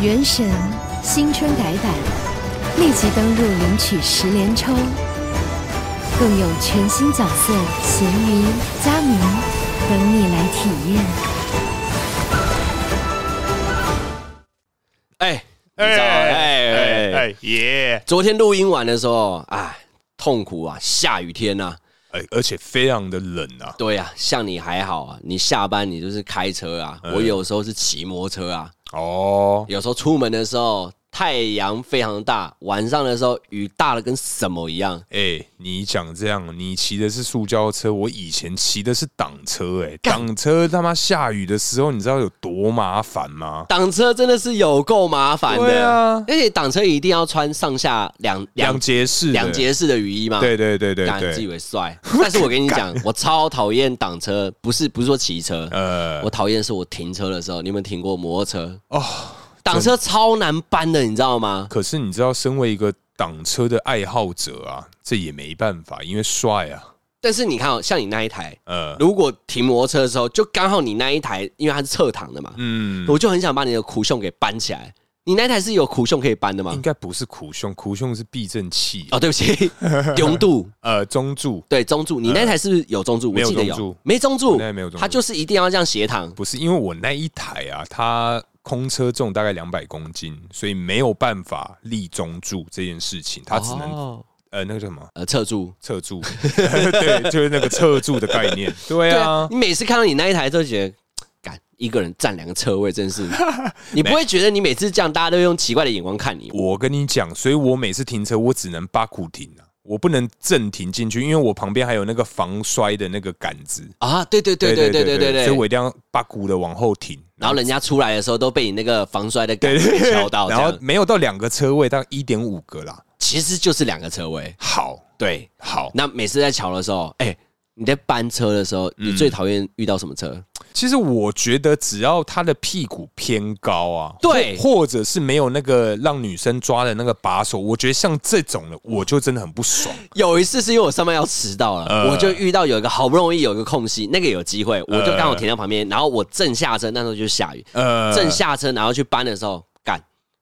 原神新春改版，立即登录领取十连抽，更有全新角色咸鱼、佳明等你来体验。哎，哎你知道吗哎哎哎哎，哎耶！昨天录音完的时候，哎，痛苦啊，下雨天呐、啊，哎，而且非常的冷啊，对啊，像你还好啊，你下班你就是开车啊，嗯我有时候是骑摩托车啊，哦，有时候出门的时候太阳非常大，晚上的时候雨大的跟什么一样，哎，你讲这样，你骑的是塑胶车，我以前骑的是挡车，哎，挡车他妈下雨的时候，你知道有多麻烦吗？挡车真的是有够麻烦对的啊而且挡车一定要穿上下两两节式的，两节式的雨衣嘛，对对对对干自以对，为帅，但是我跟你讲，我超讨厌挡车，不是不是说骑车，呃我，讨厌是我停车的时候，你们停过摩托车？哦，挡车超难搬的，你知道吗？可是你知道，身为一个挡车的爱好者啊，这也没办法，因为帅啊，但是你看、哦，像你那一台，呃，如果停摩托车的时候，就刚好你那一台，因为它是侧躺的嘛，嗯，我就很想把你的苦胸给搬起来。你那一台是有苦胸可以搬的吗应？该不是苦胸，苦胸是避震器，哦，对不 起，中度呃，中柱。对中柱，你那台是不是有中柱？我嗯没有记得中柱有，没中柱我那台没有中，柱它就是一定要这样斜躺。不是因为我那一台啊，它空车重大概两百公斤，所以没有办法立中柱这件事情，它只能、哦呃那个叫什么呃侧柱。侧柱， 对，就是那个侧柱的概念。对对啊啊，，你每次看到你那一台都觉得，干一个人占两个车位，真是， 你不会觉得你每次这样，大家都用奇怪的眼光看你。我跟你讲，所以我每次停车我只能八苦停啊，我不能正停进去，因为我旁边还有那个防摔的那个杆子。啊，对对对对对对对对，所以我一定要八股的往后停，然后人家出来的时候都被你那个防摔的感觉敲到，这然后样没有到两个车位，到一点五个啦。其实就是两个车位。好，对，好，那每次在桥的时候，哎、你在搬车的时候，你最讨厌遇到什么车？其实我觉得，只要他的屁股偏高啊，对或或者是没有那个让女生抓的那个把手，我觉得像这种的，我就真的很不爽。有一次是因为我上班要迟到了，呃我就遇到有一个好不容易有一个空隙，那个有机会，我就刚好停在旁边，然后我正下车，那时候就下雨，呃，正下车然后去搬的时候，干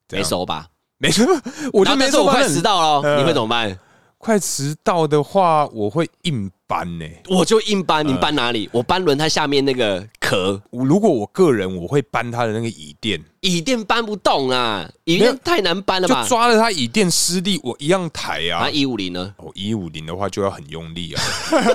怎没样手把，没什么，呃我然就后但没是说我快迟，到了哦，呃你会怎么办？快迟到的话，我会硬欸搬呢、我就硬搬，你搬哪里？我搬轮胎下面那个壳，我如果我个人，我会搬他的那个椅垫，椅垫搬不动啊，椅没有垫太难搬了吧就？抓了他椅垫失力，我一样抬啊啊，。一五零呢？哦，一五零的话就要很用力啊，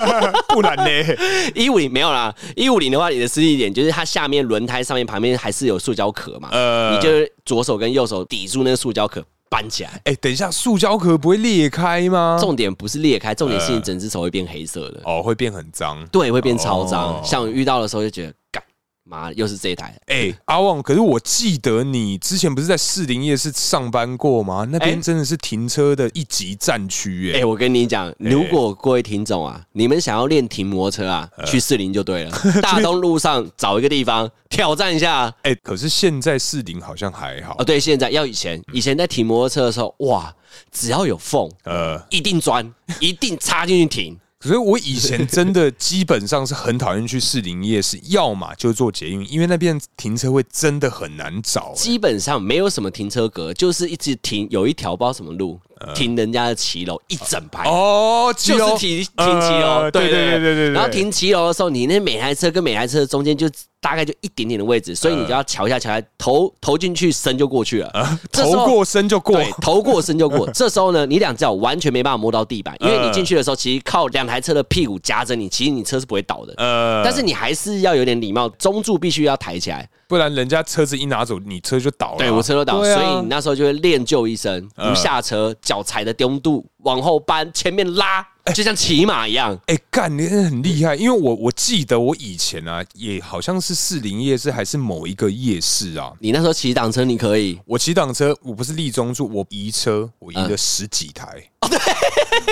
不欸然呢？一五零没有啦，一五零的话，你的失力点就是它下面轮胎上面旁边还是有塑胶壳嘛，呃你就是左手跟右手抵住那个塑胶壳搬起来。哎、等一下，塑胶壳不会裂开吗？重点不是裂开，重点呃是你整只手会变黑色的，哦，会变很脏。对，会变超哦脏。像我遇到的时候就觉得，干妈又是这一台，哎、阿旺，可是我记得你之前不是在士林夜市上班过吗？那边哎真的是停车的一级战区、哎、哎、我跟你讲，如果各位听众啊，你们想要练停摩托车啊，呃去士林就对 了，大东路上找一个地方挑战一下。哎、可是现在士林好像还好，哦，对，现在要以前，以前在停摩托车的时候，哇，只要有缝，呃，一定钻，一定插进去 停。所以我以前真的基本上是很讨厌去士林 夜市，要么就坐捷运，因为那边停车位真的很难找、哎基本上没有什么停车格，就是一直停，有一条不知道什么路，停人家的骑楼一整排。呃哦，就骑是楼停停哦呃骑楼，对对对对对对然后停骑楼的时候，你那每台车跟每台车中间就大概就一点点的位置，所以你呃就要瞧一下瞧一下，头投进去身就过去了，这时头候过身就过，对，头过身就过。 这时候呢，你两脚完全没办法摸到地板，因为你进去的时候，其实靠两台车的屁股夹着你，其实你车是不会倒的。呃，但是你还是要有点礼貌，中柱必须要抬起来。不然人家车子一拿走，你车就倒了啊、啊对我车都倒，对啊所以你那时候就会练就一身，不下车，脚踩的丢度往后搬，前面拉，就像骑马一样。哎、干，你真的很厉害，因为我我记得我以前啊，也好像是士林夜市还是某一个夜市啊，你那时候骑挡车，你可以我骑挡车，我不是立中柱，我移车，我移嗯了十几台。哦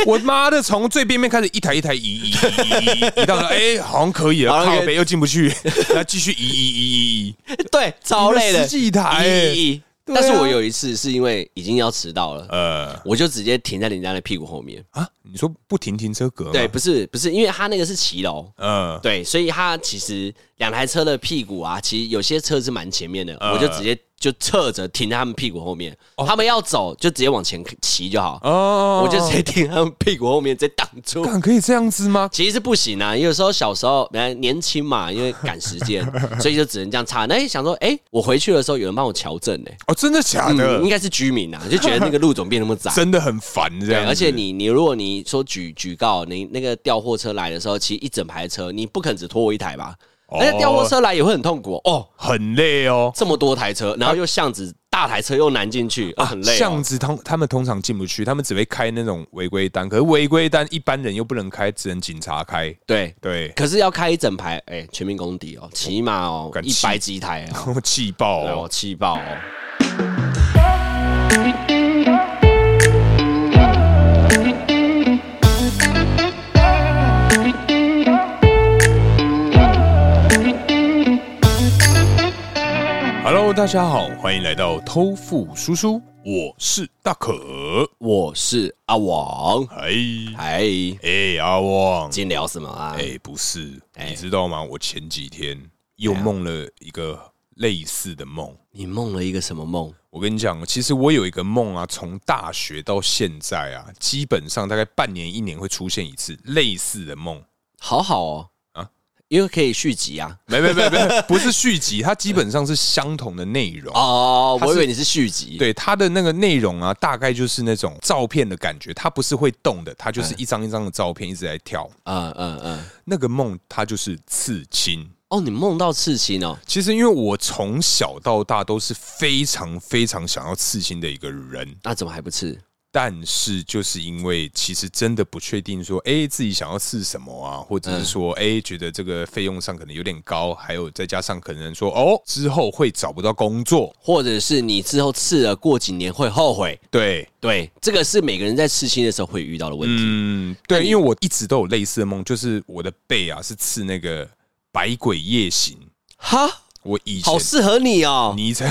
我妈的，从最边边开始一台一台移移移移移移到了，哎、好像可以好了，像可以靠北又进不去，然后继续移移移移移， 对，超累移了的十，几台、一一一对啊但是我有一次是因为已经要迟到了，呃我就直接停在人家的屁股后面。啊，你说不停停车格吗？对，，不是不是，因为他那个是骑楼，呃，对，所以他其实两台车的屁股啊，其实有些车是蛮前面的，我就直接就侧着停在他们屁股后面，他们要走就直接往前骑就好，哦我就直接停在他们屁股后面，直接挡住。干可以这样子吗？其实是不行啊，因为有时候小时候呃年轻嘛，因为赶时 间，所以就只能这样插。那也想说，哎、我回去的时候有人帮我调整呢、哦，真的假的。嗯，应？该是居民啊，就觉得那个路怎么变那么窄 真的很烦这对，样子。而且你你如果你说举举告你那个调货车来的时候，其实一整排车你不肯只拖我一台吧？哦而且调货车来也会很痛苦哦，很累哦，这么多台车，然后又巷子大台车又难进去，啊、很累、巷哦。子通他们通常进不去，他们只会开那种违规单，可是违规单一般人又不能开，只能警察开。对，对，可是要开一整排，哎、全民公敌哦，起码哦敢一气百几台哦， 我气爆让哦我！气爆哦。 Hello，大家好，欢迎来到偷富叔叔，我是大可。我是阿王，哎哎，哎，阿旺， 今天聊什么啊？哎，不是，哎你知道吗？我前几天又梦了一个类似的梦。你梦了一个什么梦？我跟你讲，其实我有一个梦啊，从大学到现在啊，基本上大概半年一年会出现一次类似的梦。好好哦，啊啊，因为可以续集啊。没没没没，不是续集，它基本上是相同的内容。哦，它是我以为你是续集。，对它的那个内容啊，大概就是那种照片的感觉，它不是会动的，它就是一张一张的照片一直在跳。嗯嗯嗯。那个梦，它就是刺青。哦，你梦到刺青哦，其实，因为我从小到大都是非常非常想要刺青的一个人，那怎么还不刺？但是就是因为其实真的不确定说，哎、自己想要吃什么啊，或者是说，哎、觉得这个费用上可能有点高，还有再加上可能说，哦，之后会找不到工作，或者是你之后刺了，过几年会后悔？对，对，这个是每个人在刺青的时候会遇到的问题。嗯，对，因为我一直都有类似的梦，就是我的背啊是刺那个百鬼夜行，哈，我以前好适合你哦，你才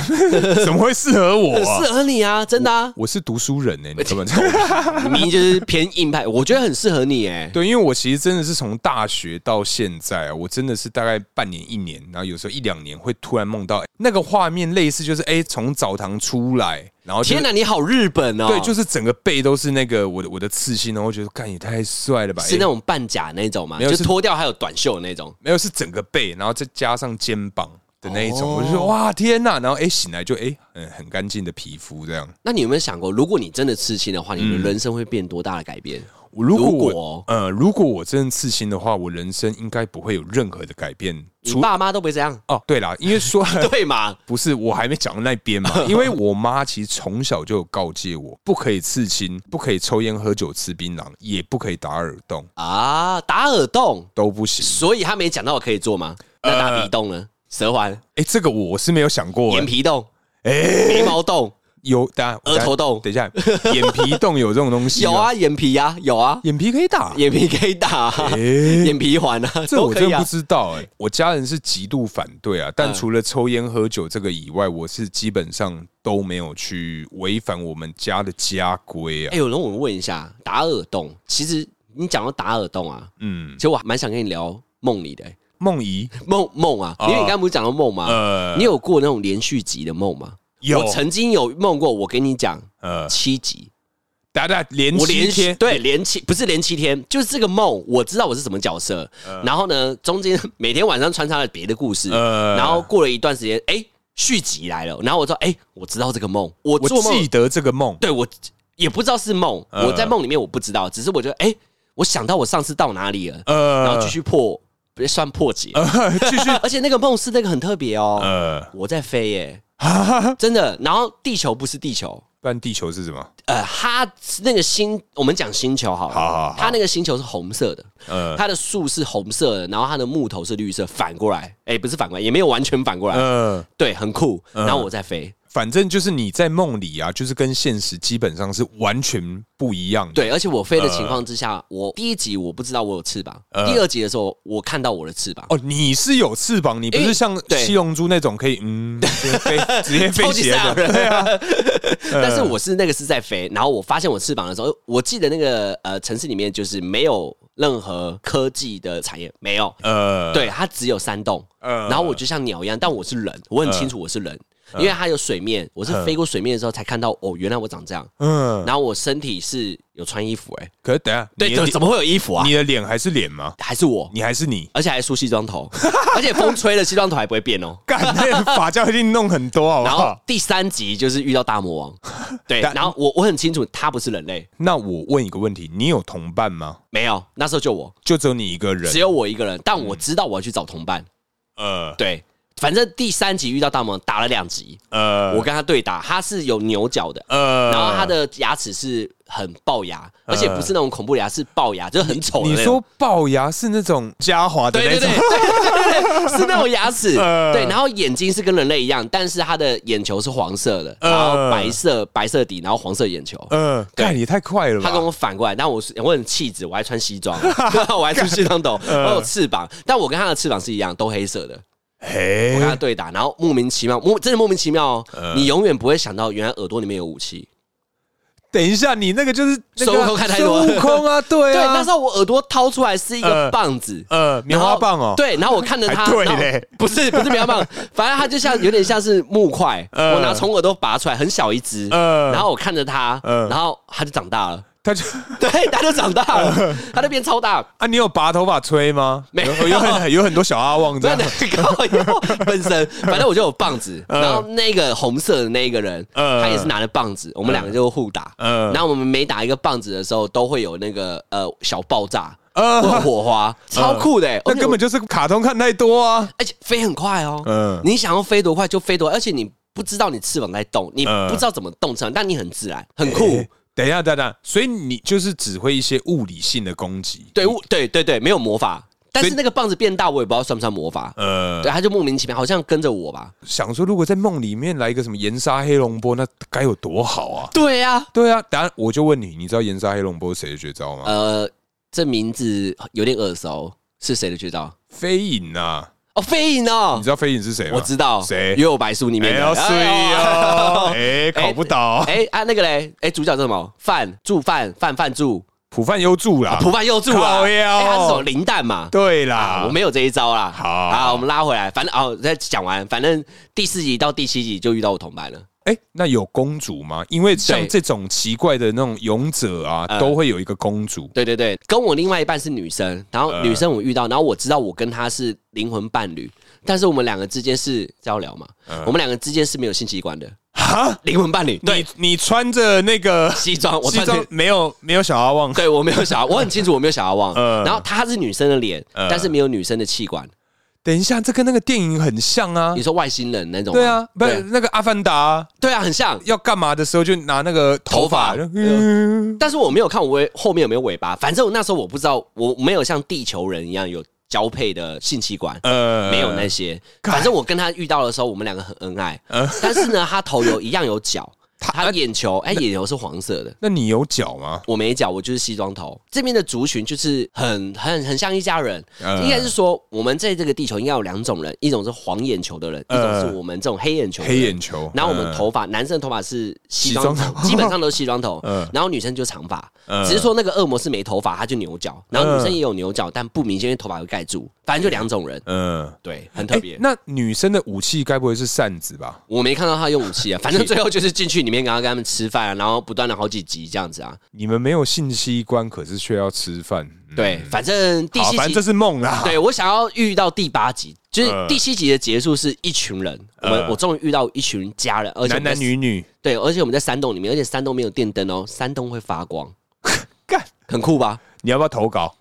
怎么会适合我很 啊？适合你啊，真的啊。我是读书人呢、你根本 你明明就是偏硬派，我觉得很适合你哎。 对，因为我其实真的是从大学到现在啊，我真的是大概半年、一年，然后有时候一两年会突然梦到、哎那个画面，类似就是哎，从、澡堂出来，然后、就是、天哪，你好日本哦！对，就是是整个背都是那个我的我的刺青，然后我觉得干也太帅了吧，是那哎种半假那种嘛，没有就是脱掉还有短袖那种。没有是整个背，然后再加上肩膀的那一种，哦我就说哇天呐，然后哎、醒来就哎、嗯很干净的皮肤这样。那你有没有想过，如果你真的刺青的话，你的嗯人生会变多大的改变？我如果如我果呃如果我真的刺青的话，我人生应该不会有任何的改变，你爸妈都不会这 样，哦对啦，因 为说对嘛？不是，我还没讲到那边嘛， 因为我妈其实从小就有告诫我，不可以刺青，不可以抽烟、喝酒、吃槟榔，也不可以打耳洞，啊，打耳洞，都不行。所以他没讲到我可以做吗？那打鼻洞呢？蛇环、哎、这个呃我哎是没有想过、眼诶皮洞、眉毛洞，有，等下额头洞等一下，眼皮洞有这种东西？ 有，啊，眼皮呀，有啊，眼皮可以打。眼皮可以打啊， 诶眼皮环啊，这都我可真以的啊不。知道哎、诶我家人是极度反对啊，但嗯除了抽烟喝酒这个以外，我是基本上都没有去违反我们家的家规啊哎，。有人我问一下，打耳洞，其实你讲到打耳洞啊，嗯其，实我蛮想跟你聊梦里的欸梦怡，梦梦啊，哦因为你刚刚不是讲到梦吗？呃，啊你有过那种连续集的梦吗？有我曾经有梦过，我跟你讲呃，七集，达达连我七连续天对连七不是连七天，就是这个梦，我知道我是什么角色。嗯然后呢，中间 每天晚上穿插了别的故事，呃然后过了一段时间，哎、续集来了，然后我说，哎、我知道这个梦，我我做记梦，得这个梦，对我也不知道是梦，呃我在梦里面我不知道，只是我觉得，哎、我想到我上次到哪里了，呃，然后继续破，不是算破解， 嗯继续，而且那个梦是那个很特别哦，呃，我在飞耶、真的，然后地球不是地球。不然地球是什么？呃，它那个星，我们讲星球好了，好好好它那个星球是红色的，呃它的树是红色的，然后它的木头是绿色，反过来，哎、不是反过来，也没有完全反过来，呃，对，很酷。然后我在飞，反正就是你在梦里啊，就是跟现实基本上是完全不一样的。，对，而且我飞的情况之下，嗯我第一集我不知道我有翅膀，第二集的时候我看到我的翅膀，哦，你是有翅膀，你不是像对七龙珠那种可 以嗯直接飞直接飞超级起赛亚来的。 啊嗯人， 但是我是那个是在飞，然后我发现我翅膀的时候，我记得那个呃城市里面就是没有任何科技的产业，没有，呃，对，它只有山洞，呃嗯然后我就像鸟一样，但我是人，我很清楚我是人。因为它有水面，我是飞过水面的时候才看到，哦，原来我长这样。嗯，然后我身体是有穿衣服、欸，哎，可是等一下，对，你的怎怎么会有衣服啊？你的脸还是脸吗？还是我，你还是你？而且还梳西装头，而且风吹了西装头还不会变哦。干，那个发胶一定弄很多，好不然后哦好？第三集就是遇到大魔王， 对，但然后我我很清楚他不是人类，那我问一个问题，你有同伴吗？没有，那时候就我，就只有你一个人只？有我一个人，但嗯我知道我要去找同伴，呃对，反正第三集遇到大魔王打了两集，呃，我跟他对打，他是有牛角的，呃然后他的牙齿是很龅牙，而且不是那种恐怖牙，是龅牙，就是很丑的你那种说龅牙是那种嘉华的对那对对种对对对对，是那种牙 齿，呃嗯对，然后眼睛是跟人类一样，但是他的眼球是黄色的，然后白色白色底，然后黄色眼球。呃，对干也太快了吧？他跟我反过来，但我是我很气质，我还穿西 装，我还穿西装头，我有翅膀，但我跟他的翅膀是一样，都黑色的。我嘿跟，他对打，然后莫名其妙，莫真的莫名其妙哦，你永远不会想到原来耳朵里面有武器。等一下，你那个就是那个孙悟空看太多了孙悟空啊，对，对嗯啊，那时候我耳朵掏出来是一个呃棒子，呃棉花棒哦，，对，然后我看着他，还对然后嘞不是不是棉花 棒，反正它就像有点像是木块，呃我拿从耳朵拔出来，很小一只，呃然后我看着它，呃然后它就长大了， 他就对，它就长大嗯了，它就变超大。啊，你有拔头发吹吗？没有有，有很有很多小阿旺这真样的，靠腰本嗯身，反正我就有棒子，然后那个红色的那一个人，呃他也是拿着棒子，我们两个就互打，呃然后我们每打一个棒子的时候，都会有那个呃小爆炸，呃 会有火花，超酷的欸，那而且根我本就是卡通看太多啊。而且飞很快哦，嗯你想要飞多快就飞多快，而且你不知道你翅膀在动，你嗯不知道怎么动翅膀，但你很自然，很酷。欸等一下，等一下，所以你就是只会一些物理性的攻击，对，我对对对，没有魔法，但是所以那个棒子变大，我也不知道算不算魔法。呃对，，啊他就莫名其妙，好像跟着我吧。想说如果在梦里面来一个什么岩沙黑龙波，那该有多好啊！对呀、对啊，等一下我就问你，你知道岩沙黑龙波是谁的绝招吗？呃，这名字有点耳熟，是谁的绝招？飞影啊，哦，飞影哦你，知道飞影是谁吗？我知道，谁幽游白书里面哎的。呦，所以哦，哎，考不 倒，哎啊，那个嘞，哎，主角叫什么？范祝范范范祝，普范优助啦，浦饭又祝啊，靠哎，腰他是什么林蛋嘛？对啊，啦，我没有这一招啦。好啊，我们拉回来，反正哦，再讲完，反正第四集到第七集就遇到我同伴了。哎，那有公主吗？因为像对呃这种奇怪的那种勇者啊，都会有一个公主，对对对，跟我另外一半是女生，然后呃女生我遇到，然后我知道我跟她是灵魂伴侣，但是我们两个之间是交流嘛，呃我们两个之间是没有性器官的。哈，灵魂伴侣，对你你穿着那个西装，我西穿装着。没有没有小阿旺， 对，我没有想要，我很清楚我没有想要忘。呃然后她是女生的脸，呃但是没有女生的器官。等一下，这跟那个电影很像啊你。说外星人那种吗？对啊，不是对那个阿凡达对啊，很像。要干嘛的时候就拿那个头发，头发就嗯但是我没有看我尾后面有没有尾巴，反正我那时候我不知道，我没有像地球人一样有交配的性器官，呃没有那些。反正我跟他遇到的时候，我们两个很恩爱。呃但是呢，他头有一样有 角，他眼球哎、眼球是黄色的。那你有脚吗？我没脚，我就是西装头。这边的族群就是很很很像一家人，呃应该是说我们在这个地球应该有两种人，一种是黄眼球的人，一呃种是我们这种黑眼球的人。黑眼球，然后我们呃头发，男生的头发是西西装装头，头基本上都是西装头 嗯，然后女生就长发嗯，只是说那个恶魔是没头发，他就牛角，然后女嗯生也有牛角，但不明显，因为头发会盖住，反正就两种人，嗯，对，很特哎别，。那女生的武器该不会是扇子吧？我没看到他用武 器啊，反正最后就是进去里面，然后跟他们吃饭啊，然后不断的好几集这样子啊，你们没有性器官，可是却要吃饭。嗯，对，反正第好，七反正这集，是梦啦。对我想要遇到第八集，就是嗯第七集的结束是一群人，我们嗯我终于遇到一群家人，而且我男们在男女女，对，而且我们在山洞里面，而且山洞没有电灯哦，山洞会发光，干，很酷吧？你要不要 投稿？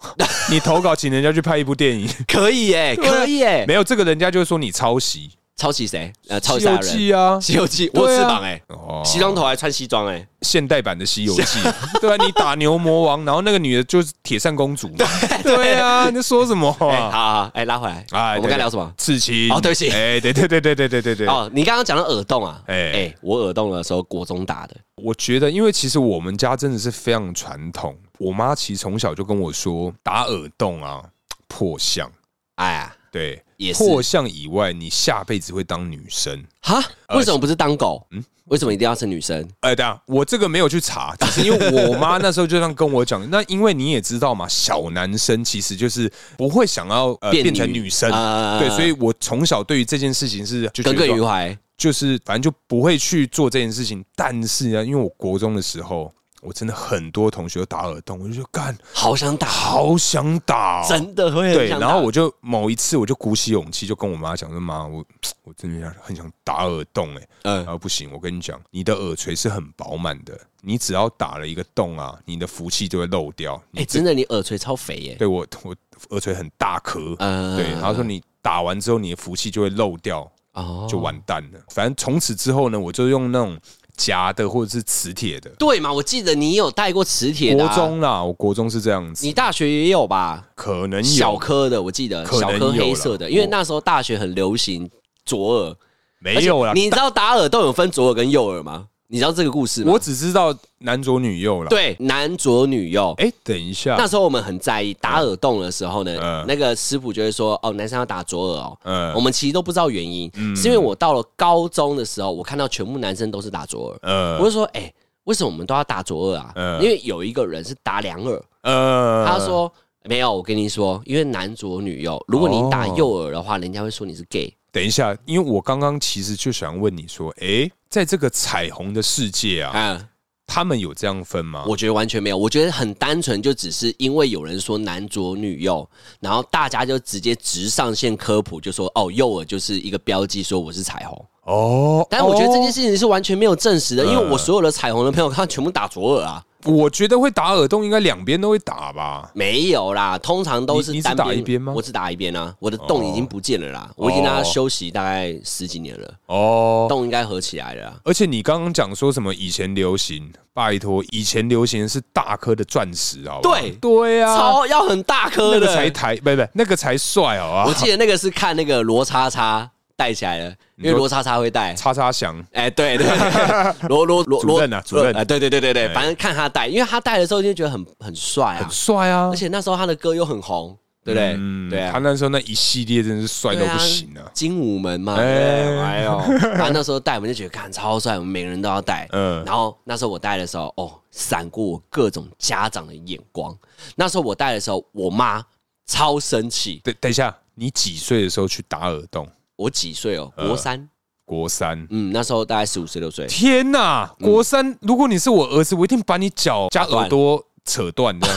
你投稿请人家去拍一部电影，可以耶、可以耶、没有这个人家就会说你抄袭抄袭谁？呃， 《哎抄袭西赛游亚人。记》啊，西游记，对啊我有翅膀哎、哦西装头还穿西装哎、现代版的《西游记》， 对啊，你打牛魔王，然后那个女的就是铁扇 公主嘛，对啊，你在说什么哎、好啊？好好，哎、拉回来，哎我们对该聊什么？刺青哦对不起哎，对对对对对对对对。哦，你刚刚讲到耳洞啊，哎、哎我耳洞的时候国中打的，我觉得，因为其实我们家真的是非常传统，我妈其实从小就跟我说，打耳洞啊，破相，哎呀，对，也是破相以外，你下辈子会当女生。哈，呃为什么不是当狗？嗯，为什么一定要是女生？哎，等一下，我这个没有去查，只是因为我妈那时候就这样跟我讲。那因为你也知道嘛，小男生其实就是不会想要呃变变女成女生，啊对，所以我从小对于这件事情是就觉耿得耿于说怀，就是反正就不会去做这件事情。但是呢，因为我国中的时候，我真的很多同学都打耳洞，我就说干，好想打，好想打哦、真的会对，很想打然后我就某一次我就鼓起勇气，就跟我妈讲说：“妈，我我真的想很想打耳洞哎、欸。”嗯然后不行，我跟你讲，你的耳垂是很饱满的，你只要打了一个洞啊，你的福气就会漏掉。哎、你真的，你耳垂超肥耶、对我我耳垂很大颗，嗯对，然后说你打完之后你的福气就会漏掉，哦，就完蛋了。反正从此之后呢，我就用那种夹的或者是磁铁的。对嘛？我记得你有带过磁铁的、国啊，中啦，我国中是这样子，你大学也有吧？可能小有颗的，我记得可小能颗有黑啦色的，因为我那时候大学很流行左耳，没有啦而且？你知道打耳洞有分左耳跟右耳吗？你知道这个故事吗？我只知道男左女右啦。，对男左女右。哎，等一下，那时候我们很在意打耳洞的时候呢，嗯那个师傅就会说：“哦，男生要打左耳哦。嗯我们其实都不知道原因，是因为我到了高中的时候，我看到全部男生都是打左耳，我呃就说：“哎、为什么我们都要打左耳啊？”嗯因为有一个人是打两耳，呃，他说：“没有，我跟你说，因为男左女右，如果你打哦右耳的话，人家会说你是 gay。等一下，因为我刚刚其实就想问你说，哎，在这个彩虹的世界”啊，啊，他们有这样分吗？我觉得完全没有，我觉得很单纯，就只是因为有人说男左女右，然后大家就直接直上线科普，就说：“哦，右耳就是一个标记，说我是彩虹。”哦，但我觉得这哦嗯件事情是完全没有证实的，因为我所有的彩虹的朋友，他全部打左耳啊，哦我觉得会打耳洞，应该两边都会打吧？没有啦，通常都你是你只单打一边吗哦我只打一边啊，我的洞已经不见了啦，我已经让它休息大概十几年了，哦，洞应该合起来了啊。而且你刚刚讲说什么以前流行，拜托，以前流行的是大颗的钻石，好不好？对对啊，超要很大颗那的个才台，不不，那个才帅，好我啊！记得那个是看那个罗叉叉戴起来的，因为说罗叉叉会戴。叉叉翔，哎，对 对，对罗罗罗主罗任啊主任哎对对对对对，哎反正看他戴，因为他戴的时候就觉得很很帅啊很，帅啊，嗯而且那时候他的歌又很红，对不对？对啊他，那时候那一系列真的是帅到对不行啊！精武门嘛，哎对哎 呦，他那时候戴我们就觉得看超帅，我们每个人都要戴。嗯然后那时候我戴的时候，哦，闪过我各种家长的眼光。那时候我戴的时候，我妈超生气。等等一下，你几岁的时候去打耳洞？我几岁哦？嗯国三，国三。嗯，那时候大概十五十六岁。天呐，国嗯三！如果你是我儿子，我一定把你脚加耳朵扯断 的，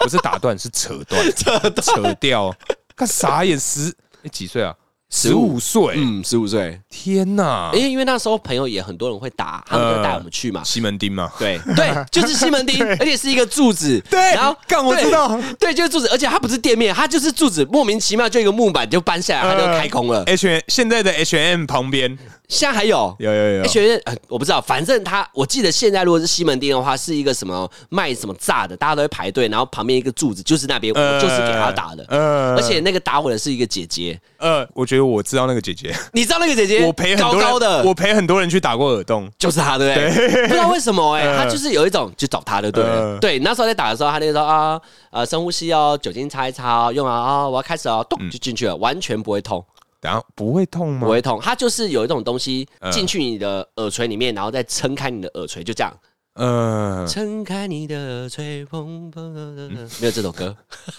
不是打断，是扯断，扯扯掉。干傻眼十你几岁啊？十五岁！嗯，哎十五岁，天呐，因为因为那时候朋友也很多人会打，他们就带我们去嘛。西门町嘛，对 对，就是西门町， 而且是一个柱子。呃对然后干我对知道对，就是柱子，而且它不是店面，它就是柱子，莫名其妙就一个木板就搬呃下来，它就开空了。 H 现在的 H M 旁边现在还有哎有有有 H 院，呃，我不知道，反正他，我记得现在如果是西门町的话，是一个什么卖什么炸的，大家都会排队，然后旁边一个柱子就是那边，我就是给他打的，呃而且那个打我的是一个姐姐，呃，我觉得我知道那个姐姐，你知道那个姐姐，我陪很高多高的人，，我陪很多人去打过耳洞。就是他，对不对？不知道为什么哎、他就是有一种就找他的，对了嗯对？那时候在打的时候，他那个时候啊，呃，深呼吸哦，酒精擦一擦哦，用啊啊，我要开始哦，咚就进去了，完全不会痛。然后不会痛吗不？会痛，它就是有一种东西进去你的耳垂里面，然后再撑开你的耳垂，就这样。 呃，撑开你的耳垂，砰砰砰砰砰，没有这首歌。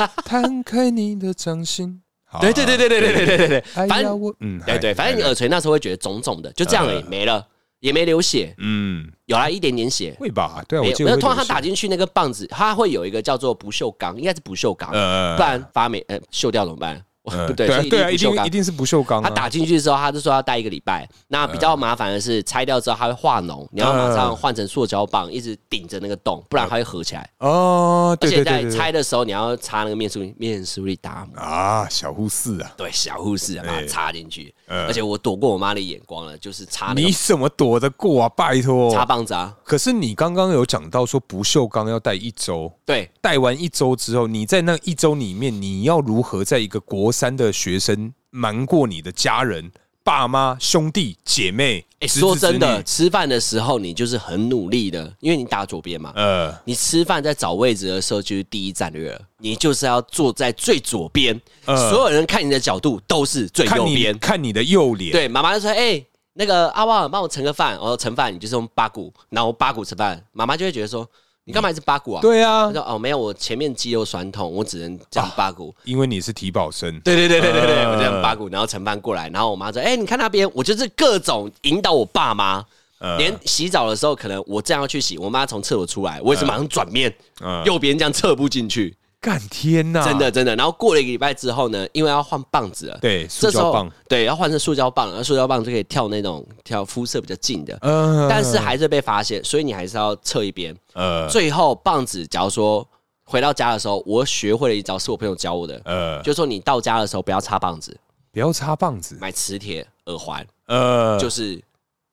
摊开你的掌心。好对对对对对对对对对对，哎呀反正我嗯，对对，嗨反正呃你嗨耳垂那时候会觉得肿肿的，就这样而已，嗯没了，也没流血，嗯，有啦一点点血。会吧？对啊，没我有，记没有。得会通常它流血打进去那个棒子，它会有一个叫做不锈钢，应该是不锈钢，呃不然发霉呃锈掉怎么办？ 呃不对，对啊是对啊，不一锈定钢一。定是不锈钢啊。嗯他打进去的时候，他就说要戴一个礼拜。那比较麻烦的是，拆掉之后它会化脓，你要马上换成塑胶棒，一直顶着那个洞，不然它会合起来。哦，而对且对对在对对拆的时候，你要擦那个面塑力面塑力达姆，啊，小护士啊，对，小护士啊把它插进去。哎嗯而且我躲过我妈的眼光了，就是插那你个怎么躲得过啊？拜托插，棒子啊，可是你刚刚有讲到说不锈钢要戴一周。对，戴完一周之后，你在那一周里面，你要如何在一个国三的学生瞒过你的家人、爸妈、兄弟姐妹？哎、侄子说真侄的，女吃饭的时候你就是很努力的，因为你打左边嘛。呃，你吃饭在找位置的时候就是第一战略了，你就是要坐在最左边，呃所有人看你的角度都是最看右你边。看你的右脸，对，妈妈就说：“哎、哦那个阿旺帮我盛个饭。”我说：“盛饭，你就是用八股，然后我八股盛饭。”妈妈就会觉得说：“你你干嘛一直八股啊？对他啊，说哦，没有，我前面肌肉酸痛，我只能这样八股。因为你是体保生，对对对对对对，呃我这样八股，然后陈范过来，然后我妈说：“哎、你看那边，我就是各种引导我爸妈，呃连洗澡的时候，可能我这样要去洗，我妈从厕所出来，我也是马上转面，嗯啊右边这样侧步进去，干天呐，真的真的。然后过了一个礼拜之后呢，因为要换棒子了，对这塑时胶候棒对要换成塑胶棒，然后塑胶棒就可以跳那种跳肤色比较近的，呃但是还是被发现，所以你还是要侧一边。呃最后棒子，假如说回到家的时候，我学会了一招，是我朋友教我的，呃，就说你到家的时候不要插棒子，不要插棒子，买磁铁耳环，呃，就是，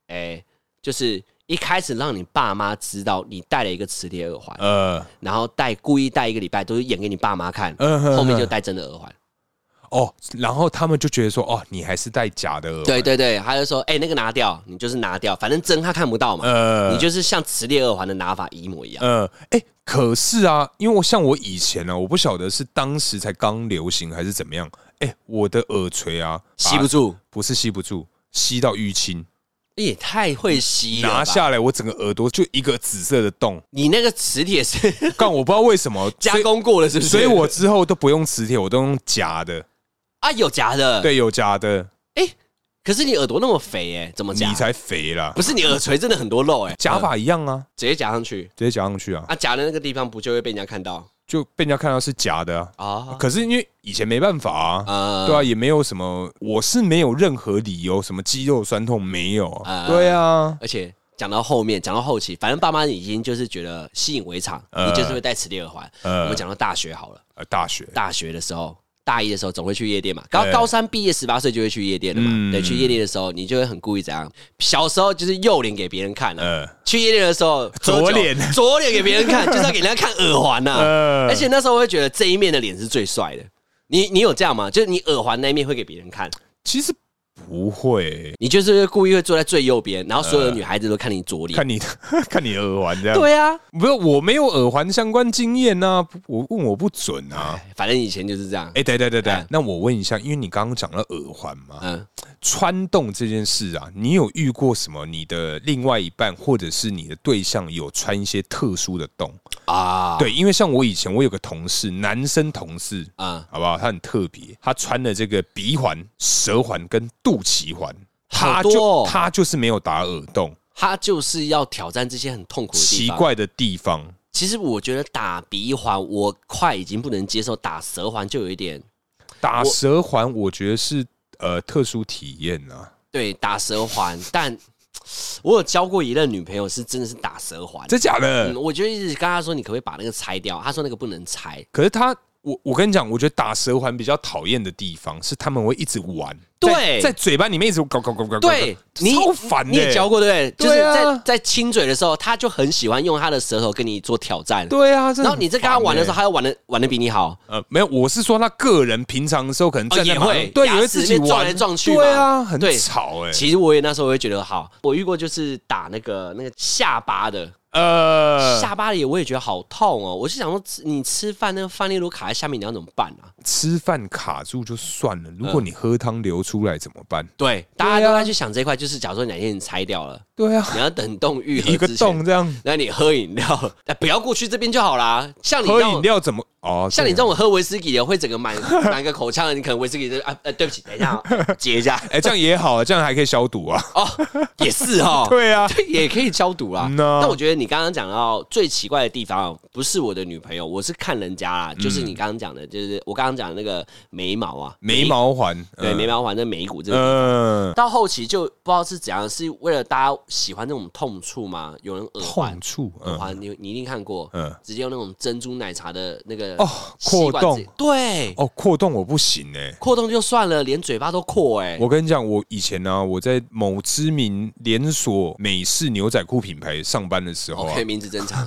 哎、就是一开始让你爸妈知道你戴了一个磁铁耳环，呃然后戴故意戴一个礼拜，都是演给你爸妈看，嗯哼后面哼就戴真的耳环。哦，然后他们就觉得说，哦，你还是戴假的耳环，对对对，他就说，哎、那个拿掉，你就是拿掉，反正针他看不到嘛，呃，你就是像磁铁耳环的拿法一模一样。呃，哎、可是啊，因为我像我以前呢、啊，我不晓得是当时才刚流行还是怎么样，哎、我的耳垂啊，吸不把，住，不是吸不住，吸到淤青，也太会吸了吧！拿下来我整个耳朵就一个紫色的 洞，你那个磁铁是干我不知道为什么 加，工过了，是不是？所以所以我之后都不用磁铁，我都用夹的，啊有夹的，。对，有夹的，可是你耳朵那么肥哎、怎么夹？你才肥啦不，是你耳垂真的很多肉哎、夹呃法一样啊，直接夹上去直接夹上去啊，啊，夹的那个地方不就会被人家看到就被人家看到是夹的啊。啊？可是因为以前没办法啊，呃对啊，也没有什么，我是没有任何理由，什么肌肉酸痛没有啊啊对啊，而且讲到后面，讲到后期，反正爸妈已经就是觉得吸引为常，呃你就是会戴磁铁耳环。呃我们讲到大学好了，呃，大学大学的时候。大一的时候总会去夜店嘛，高对高三毕业十八岁就会去夜店了嘛。嗯对，去夜店的时候你就会很故意怎样？小时候就是右脸给别人看啊，呃去夜店的时候喝酒左脸左脸给别人看，就是要给人家看耳环呐、呃而且那时候我会觉得这一面的脸是最帅的。你你有这样吗？就是你耳环那一面会给别人看，其实不会你就是故意会坐在最右边，然后所有的女孩子都看你左脸。呃看你 看你耳环这样，，对啊，不是我没有耳环相关经验呐、不我问我不准啊。哎反正以前就是这样。哎、对对对对哎，那我问一下，因为你刚刚讲了耳环嘛，嗯，穿洞这件事啊，你有遇过什么？你的另外一半或者是你的对象有穿一些特殊的洞？啊，对，因为像我以前我有个同事，男生同事，啊，好不好？他很特别，他穿了这个鼻环、舌环跟肚脐环，他好多就、哦他就是没有打耳洞，他就是要挑战这些很痛苦的地奇方。，怪的地方其实我觉得打鼻环我快已经不能接受，打舌环就有一点打舌环，我觉得是呃特殊体验啊。对打舌环，但我有交过一任女朋友是真的是打舌环，真假的？嗯，我就一直跟她说你可不可以把那个拆掉，她说那个不能拆。可是他。我我跟你讲，我觉得打舌环比较讨厌的地方是他们会一直玩，对在在嘴巴里面一直搞搞搞搞，对你超烦的、你也教过对不对？对啊就是在在亲嘴的时候，他就很喜欢用他的舌头跟你做挑战。对啊，然后你在跟他玩的时候，候，他又玩的玩的比你好，呃，没有，我是说他个人平常的时候可能站在哦也马路、会对，牙也会齿自己那撞玩来撞去嘛对啊，很对吵哎、其实我也那时候我也觉得好，我遇过就是打那个那个下巴的，呃，下巴的也我也觉得好痛哦。我是想说，吃你吃饭那个饭粒如果卡在下面，你要怎么办啊？吃饭卡住就算了，如嗯果你喝汤流出来怎么办？对，大家啊都在去想这一块，就是假如说哪天你拆掉了，对啊，你要等洞愈合一个之前洞，这样那你喝饮料， 哎，不要过去这边就好啦。像你喝这种饮料怎么？哦，像你这对啊，种喝威士忌的，会整个满 满个口腔的，你可能威士忌就啊呃，对不起，等一下、哦，截一 下哎，这样也好，这样还可以消毒啊。哦，也是哦，对啊，对，也可以消毒 啦。嗯呐但我觉得你刚刚讲到最奇怪的地方，啊不是我的女朋友，我是看人家嗯啦，就是你刚刚讲的，就是我刚刚讲的那个眉毛啊，眉毛环，对嗯眉，毛环跟眉骨这个。嗯，到后期就不知道是怎样，是为了大家喜欢那种痛处吗？有人耳环痛，处，耳嗯，环你你一定看过，嗯直接用那种珍珠奶茶的那个哦吸管扩直接洞对，哦，扩洞我不行哎。扩洞就算了，连嘴巴都扩哎、我跟你讲，我以前呢、我在某知名连锁美式牛仔裤品牌上班的时候啊 OK，名字正常，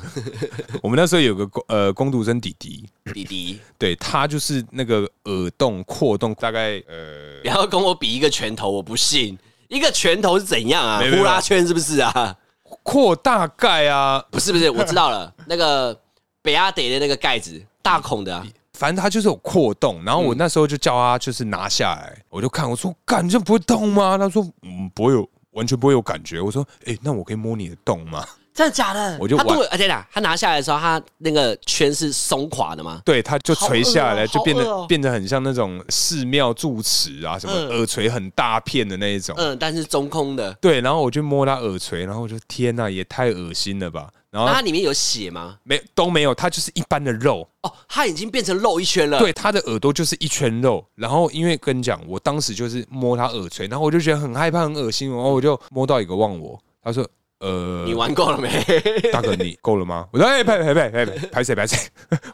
我们那时候有个工呃工读生弟弟， 弟弟，对他就是那个耳洞扩洞，大概呃不要跟我比一个拳头，我不信。一个拳头是怎样啊？没有没有呼啦圈是不是啊？扩大概啊，不是不是，我知道 了，那个北亚得的那个盖子，大孔的啊、反正它就是有扩洞，然后嗯我那时候就叫他就是拿下来，我就看我说感欸觉不会痛吗？他说嗯不会有，完全不会有感觉。我说哎、那我可以摸你的洞吗？真的假的？我就他玩肚，而且俩他拿下来的时候，他那个圈是松垮的吗？对，它就垂下来，好饿哦就变得、好饿哦变得很像那种寺庙住持啊，什么嗯耳垂很大片的那一种。嗯，但是中空的。对，然后我就摸它耳垂，然后我就天呐，也太恶心了吧！然那它后里面有血吗？没都没有，它就是一般的肉，哦，它已经变成肉一圈了。，对，它的耳朵就是一圈肉。然后因为跟你讲，我当时就是摸它耳垂，然后我就觉得很害怕、很恶心，然后我就摸到一个忘我，他说：“呃，你玩够了没？大哥，你够了吗？ 我说哎，拍拍拍拍拍，拍谁拍 谁？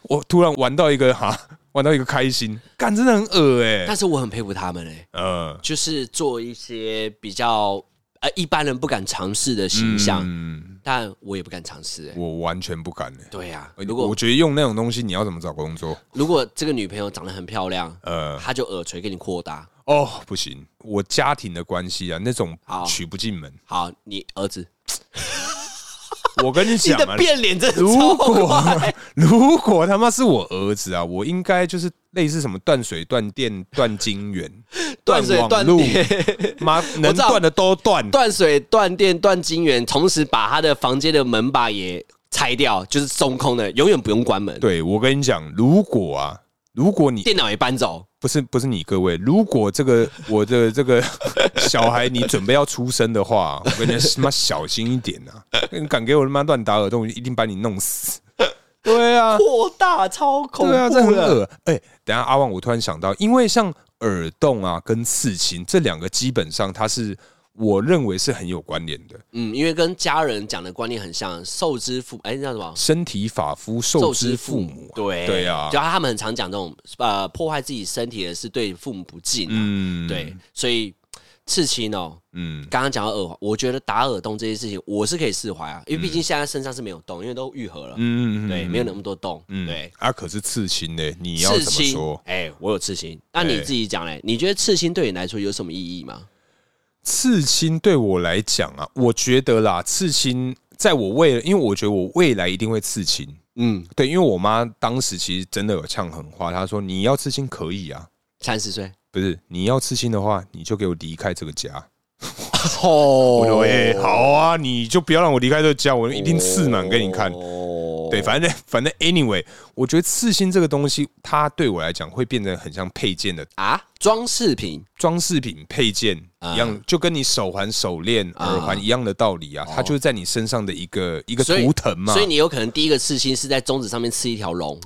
我突然玩到一个哈，玩到一个开心，干真的很恶哎、 但是我很佩服他们哎、呃，就是做一些比较呃一般人不敢尝试的形象，嗯，但我也不敢尝试哎、我完全不敢哎、对呀、而且如我果觉得用那种东西，你要怎么找工作？如果这个女朋友长得很漂亮，呃，她就耳垂给你扩大。哦，不行，我家庭的关系啊，那种好娶不进门。好，你儿子，我跟 你你讲的啊，变脸真的如超果快， 如果他妈是我儿子啊，我应该就是类似什么断水、断电、断金源、 断水网断路，电。 妈能知道断的都断。断水、断电、断金源，同时把他的房间的门把也拆掉，就是中空的，永远不用关门。，对我跟你讲，如果啊，如果你电脑也搬走，不是不是你各位，如果这个 我的这个小孩你准备要出生的话，我跟你讲，他妈小心一点啊！你敢给我他妈乱打耳洞，我一定把你弄死。 对啊，扩大超恐怖对啊，这很的。恶。哎、等一下阿旺，我突然想到，因为像耳洞啊跟刺青这两个，基本上它是我认为是很有关联的。嗯，因为跟家人讲的观念很像，受之父，哎，那叫什么？身体发肤受之父母啊，对对啊就，他们很常讲这种呃破坏自己身体的是对父母不敬、啊，嗯，对，，所以刺青哦，嗯，刚刚讲到耳环，我觉得打耳洞这件事情我是可以释怀啊，因为毕竟现在身上是没有洞，因为都愈合了，嗯，嗯对，没有那么多洞，对，啊，可是刺青呢？你要刺怎么青说，？哎、我有刺青。那你哎自己讲嘞、你觉得刺青对你来说有什么意义吗？刺青对我来讲啊，我觉得啦，刺青在我未因为我觉得我未来一定会刺青。嗯，对，因为我妈当时其实真的有呛狠话，她说你要刺青可以啊，三十岁。不是你要刺青的话，你就给我离开这个家。哦我说哎、好啊，你就不要让我离开这个家，我一定刺满给你看。哦对，反正反正 anyway，我觉得刺青这个东西，它对我来讲会变得很像配件的啊，装饰品装饰品配件一样，就跟你手环、手链、啊哦耳环一样的道理啊，它就是在你身上的一个一个所以图腾嘛所以。你有可能第一个刺青是在中指上面刺一条龙。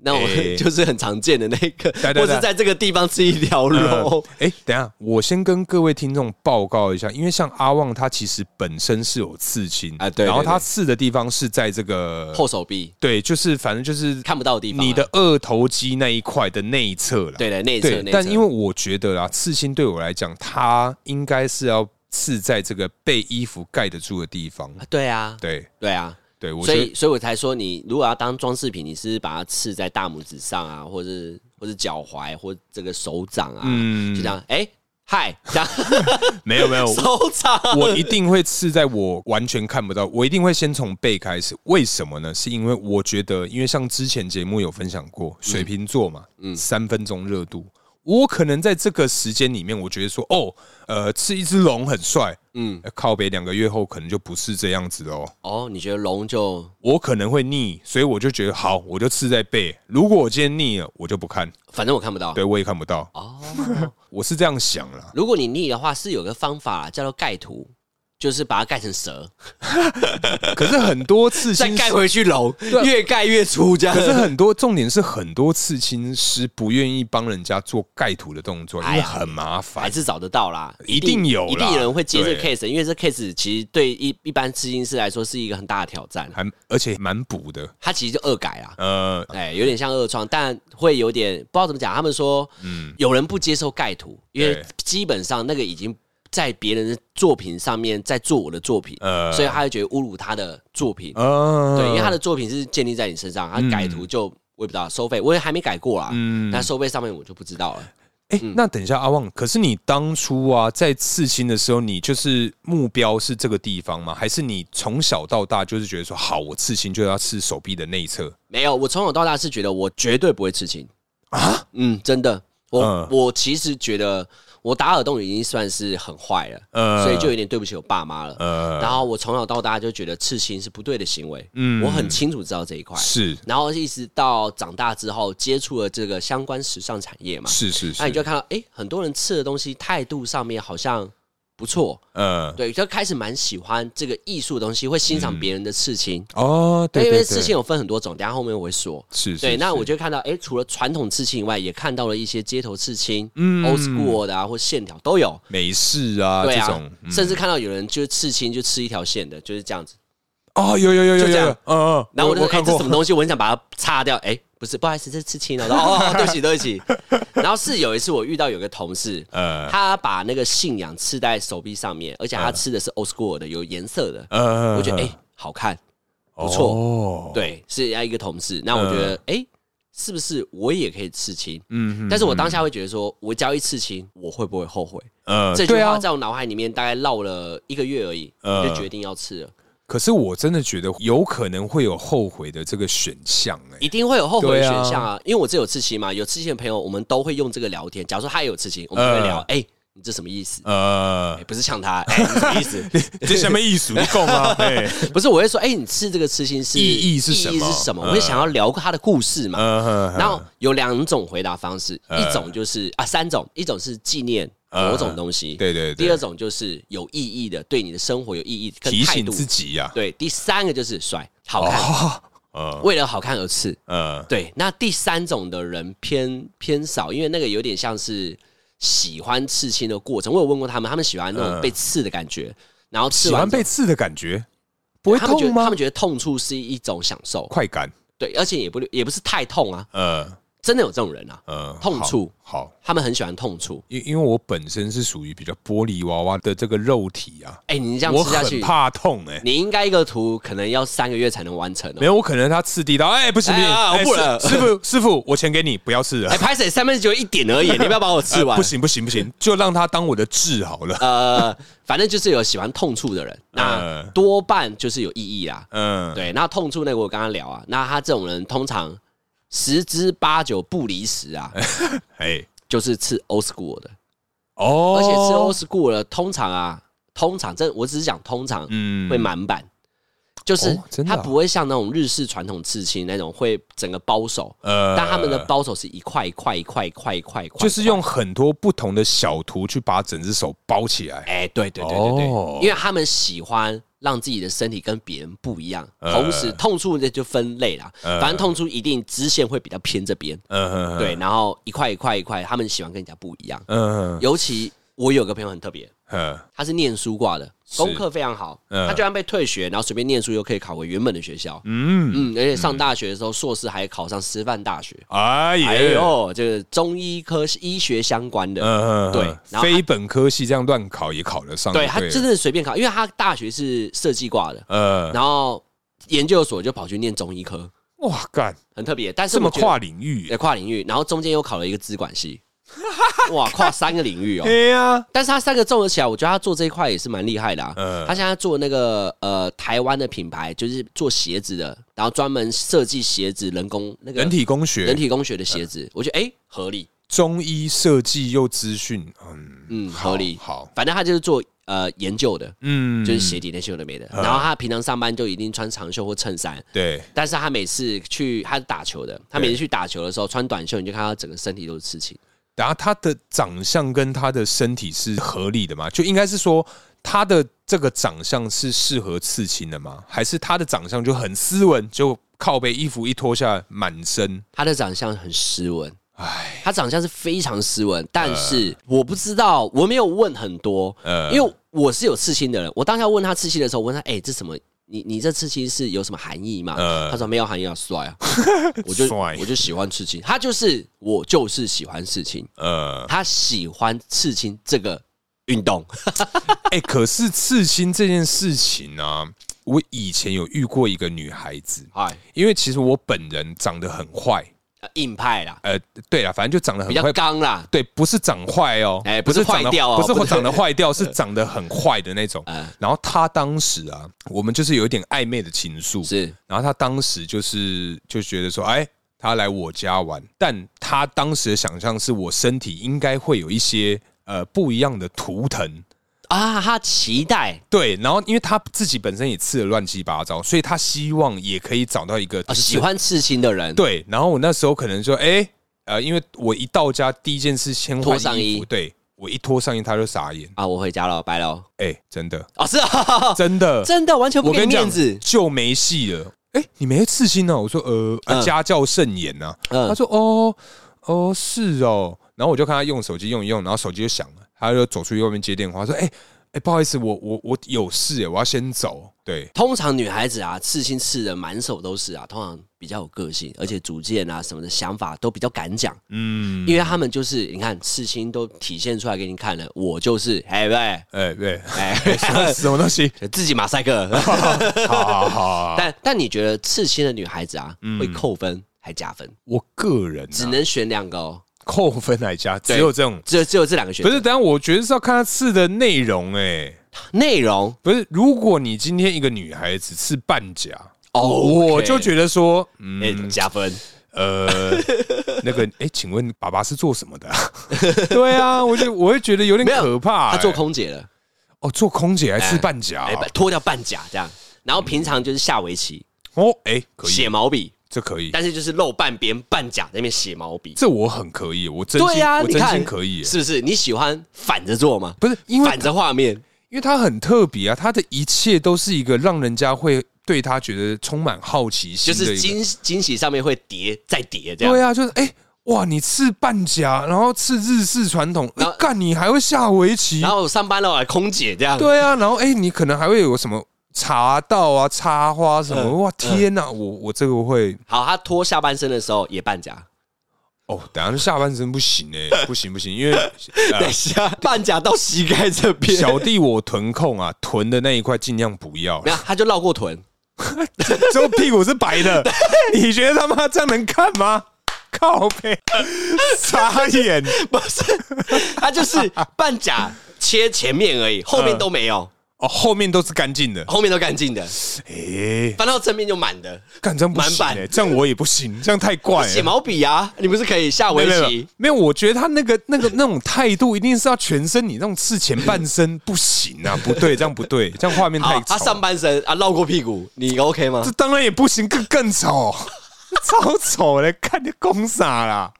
那我、哎就是很常见的那个，对对或是在这个地方刺一条龙。哎、等一下，我先跟各位听众报告一下，因为像阿旺他其实本身是有刺青啊对然后对对他刺的地方是在这个后手臂对，就是反正就是看不到的地方啊，你的二头肌那一块的内侧啦。对的内侧对，内侧，但因为我觉得啊，刺青对我来讲，它应该是要刺在这个被衣服盖得住的地方。啊对啊，对对啊，对，我所觉得以，所以我才说你，如果要当装饰品，你是不是把它刺在大拇指上啊，或者是或者脚踝，或者这个手掌啊，嗯就这样，哎、嗨，这样 没有没有，手掌，我一定会刺在我完全看不到，我一定会先从背开始。为什么呢？是因为我觉得，因为像之前节目有分享过，水瓶座嘛，三分钟热度。我可能在这个时间里面，我觉得说，哦，呃，刺一只龙很帅，嗯，呃靠北两个月后可能就不是这样子了哦，哦，你觉得龙就我可能会腻，所以我就觉得好，我就刺在背。如果我今天腻了，我就不看，反正我看不到对我也看不到，哦。我是这样想 啦。如果你腻的话，是有个方法叫做盖图，就是把它盖成蛇，可是很多 刺再青盖回去龙，越盖越粗，这样可是很多重点是很多刺青师不愿意帮人家做盖图的动作，因哎为呀很麻还烦。是找得到啦，一定有啦一定有人会接这个对 case，因为这 case 其实对一一般刺青师来说是一个很大的挑战，还而且蛮补的。它其实就恶改啦。呃，哎，有点像恶创，但会有点不知道怎么讲。他们说，嗯，有人不接受盖图，因为对基本上那个已经在别人的作品上面在做我的作品，呃所以他会觉得侮辱他的作品。呃，对，因为他的作品是建立在你身上，他改图就我也不知道收费，我也还没改过啦。嗯那收费上面我就不知道了。哎、那等一下阿旺，可是你当初啊在刺青的时候，你就是目标是这个地方吗？还是你从小到大就是觉得说，好，我刺青就要刺手臂的内侧？没有，我从小到大是觉得我绝对不会刺青啊，嗯，真的，我、嗯我其实觉得我打耳洞已经算是很坏了，呃所以就有点对不起我爸妈了。呃然后我从小到大就觉得刺青是不对的行为，嗯我很清楚知道这一块。是然后一直到长大之后接触了这个相关时尚产业嘛，是是是，那你就看到，哎、很多人吃的东西态度上面好像不错，呃对，就开始蛮喜欢这个艺术的东西，会欣赏别人的刺青。哦，嗯对因对为对，刺青有分很多种，等一下后面我会说。是是对，那是我就看到，哎、除了传统刺青以外，也看到了一些街头刺青，嗯，old school 的啊，或线条都有。美式啊对这啊种，，嗯甚至看到有人就是刺青，就刺一条线的，就是这样子。哦，有有有有就这样有，嗯嗯，然后我就说：“我哎、看这过什么东西？我很想把它擦掉。哎、不是，不好意思，这是刺青哦。我说哦，哦对不起，对不起。然后是有一次我遇到有个同事，呃他把那个信仰刺在手臂上面，而且他吃的是 old school 的，有颜色的，呃，我觉得哎、好看，不错。嗯哦，对，是要一个同事。那我觉得哎、是不是我也可以刺青？嗯嗯但是我当下会觉得说，我只要一刺青，我会不会后悔？呃，这对句啊话在我脑海里面大概绕了一个月而已，呃我就决定要刺了。可是我真的觉得有可能会有后悔的这个选项哎、一定会有后悔的对选啊项啊，因为我自己有刺青嘛，有刺青的朋友，我们都会用这个聊天。假如说他也有刺青，我们就会聊，嗯哎、你这什么意思？呃 哎，不是呛他，哎，你什么意 思？这什么艺术？你够 吗？哎、不是，我会说，哎，你刺这个刺青是意义是什意么嗯义是什么？我会想要聊他的故事嘛。呃，然后有两种回答方式，嗯一种就是啊，三种，一种是纪念某种东西，对对对第二种就是有意义的，对你的生活有意义跟提态醒度。自己啊呀、对，第三个就是帅，好看， 哦，呃为了好看而刺。呃，对，那第三种的人偏偏少，因为那个有点像是喜欢刺青的过程。我有问过他们，他们喜欢那种嗯被刺的感觉，然后刺喜完欢被刺的感觉，不会他们觉得痛吗他们？觉得痛处是一种享受，快感，对，而且也不也不是太痛啊，呃真的有这种人啊，呃，痛处好。好他们很喜欢痛处。因因为我本身是属于比较玻璃娃娃的这个肉体啊，哎、你这样我吃下很去，怕痛哎、你应该一个图可能要三个月才能完成哦没。有，我可能他刺地到，哎、不行不行，哎啊哎我不了师师傅师傅，我钱给你，不要刺了 哎、，拍水三分之九一点而已，你要不要把我刺完？呃不，行不行不行，就让他当我的痣好了。呃，反正就是有喜欢痛处的人，那嗯多半就是有意义啦。嗯，对，那痛处那个我跟他聊啊，那他这种人通常十之八九不离十啊，哎，就是吃 old school 的，哦，而且吃 old school 的通常啊，通常这我只是讲通常嗯会满版，就是哦真的他啊不会像那种日式传统刺青那种会整个包手，呃但他们的包手是一块一块一块一块一块一块，就是用很多不同的小图去把整只手包起来。哎、对对对对对，哦因为他们喜欢让自己的身体跟别人不一样，呃同时痛处的就分类啦，呃反正痛处一定支线会比较偏这边，嗯，对，，然后一块一块一块，他们喜欢跟人家不一样。嗯尤其我有个朋友很特别，嗯他是念书挂的，是功课非常好，嗯他居然被退学，然后随便念书又可以考回原本的学校，嗯，嗯，而且上大学的时候硕士还考上师范大学，哎哎呦，呦，这个中医科是医学相关的，嗯，对然后他非本科系这样乱考也考得上，对他真的，的是随便考，因为他大学是设计挂的，呃，然后研究所就跑去念中医科，哇，干很特别，但是这么我觉得跨领域对，跨领域，然后中间又考了一个资管系， 哇，跨三个领域哦哎。呀，但是他三个综合起来，我觉得他做这一块也是蛮厉害的、啊。嗯他现在做那个呃台湾的品牌，就是做鞋子的，然后专门设计鞋子人工那个人体工学、人体工学的鞋子，我觉得哎、诶合理，中医设计又资讯，嗯嗯好合理。好，反正他就是做呃研究的，嗯就是鞋底那些有的没的。然后他平常上班就一定穿长袖或衬衫，对，但是他每次去他是打球的，他每次去打球的时候穿短袖，你就看他整个身体都是刺青。然后他的长相跟他的身体是合理的吗？就应该是说他的这个长相是适合刺青的吗？还是他的长相就很斯文，就靠背衣服一脱下来满身？他的长相很斯文，唉，他长相是非常斯文，但是我不知道，我没有问很多，呃因为我是有刺青的人。我当下问他刺青的时候，我问他：“哎、这什么？你你这刺青是有什么含义吗？”呃他说：“没有含义啊，帅 啊。”我就帅我就喜欢刺青，他就是我就是喜欢刺青，呃，他喜欢刺青这个运动。哎、可是刺青这件事情呢、我以前有遇过一个女孩子，哎，因为其实我本人长得很坏，呃 硬派啦，呃，对了，反正就长得比很较坏。刚啦，对，不是长坏哦，哎不是长坏得掉哦不是不会是长得坏 掉，是长得很坏的那种。呃，然后他当时啊，我们就是有一点暧昧的情愫，是然后他当时就是就觉得说，哎，他来我家玩，但他当时的想象是我身体应该会有一些呃不一样的图腾。啊，他期待对，然后因为他自己本身也刺的乱七八糟，所以他希望也可以找到一个啊，就是喜欢刺青的人，对，然后我那时候可能说，哎、呃，因为我一到家第一件事先脱换上衣衣服，对我一脱上衣他就傻眼，啊，我回家了，拜喽。哎、真的，啊，是啊， 真的，真的完全不我给跟你面讲子，就没戏了。哎、你没刺青呢、我说呃，啊嗯家教甚严呐、嗯他说哦哦是哦，然后我就看他用手机用一用，然后手机就响了，他就走出去外面接电话，说哎哎、不好意思，我我我有事哎，我要先走。对，通常女孩子啊，刺青刺的满手都是啊，通常比较有个性，而且主见啊什么的想法都比较敢讲，嗯，因为他们就是你看刺青都体现出来给你看了，我就是哎喂哎对， 哎， 什么东西？ 自己马赛克。好好好，但但你觉得刺青的女孩子啊，会扣分还加分？我个嗯人、啊、只能选两个哦，扣分来加，对只有这种。只有只有这两个选不择。是，等一下我觉得是要看他刺的内容哎、内容不是，如果你今天一个女孩子刺半甲，哦，我 OK 就觉得说，嗯，哎加分。 呃，那个，哎、请问爸爸是做什么 的、啊？对啊，我就我会觉得有点没有可怕、他哎做空姐了，哦，做空姐还吃半甲、啊哎，把脱掉半甲这样，然后平常就是下围棋、哦，哎、可以，写毛笔，这可以，但是就是露半边半甲在那边写毛笔。这我很可以，我真心，对呀、我你真看心可以、哎是不是？你喜欢反着做吗？不是因为反着画面，因为他很特别啊，他的一切都是一个让人家会对他觉得充满好奇就心的一个，是惊惊喜上面会叠再叠这样。对啊，就是哎、哇，你刺半甲，然后刺日式传统，哎然后干、你还会下围棋然，后上班了，空姐这样。对啊，然后哎、你可能还会有什么茶道啊、插花什么，嗯哇，天哪、我我这个会好，他脱下半身的时候也半甲，哦，等下下半身不行 哎、不行不行，因为、呃等一下半甲到膝盖这边，小弟我臀控啊，臀的那一块尽量不要 没，有他就绕过臀，之后屁股是白的，你觉得他妈这样能看吗？靠 背，傻眼，不是，他就是半甲切前面而已，后面都没有，哦，后面都是干净的，后面都干净的，哎、翻到正面就满的。干这样不行、满欸，版这样我也不行，这样太怪写了。毛笔啊，你不是可以下围哎没有没有棋？，没有，我觉得他那个那个那种态度，一定是要全身，你那种刺前半身不行 啊，不对，这样不对，这样画面太好，他吵。上半身啊绕过屁股，你 OK 吗这？当然也不行，更更丑，超丑嘞，看你公傻啦，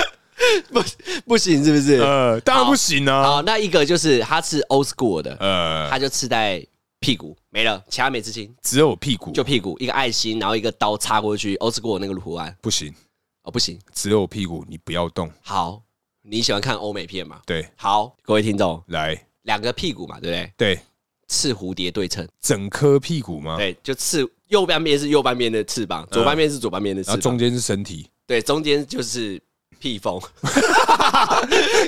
不不行是不是？呃，当然不行啊，好，那一个就是他是 old school 的，呃，他就刺在屁股没了，其他没刺青，只有屁股就屁股一个爱心，然后一个刀插过去，old school 那个图案不行，哦不行。只有屁股，你不要动，好，你喜欢看欧美片吗？对，好，各位听众，来，两个屁股嘛，对不对？对，刺蝴蝶对称，整颗屁股吗？对，就刺右半边是右半边的翅膀，左半边是左半边的然翅后呃啊中膀，间是身体，对，中间就是屁 缝。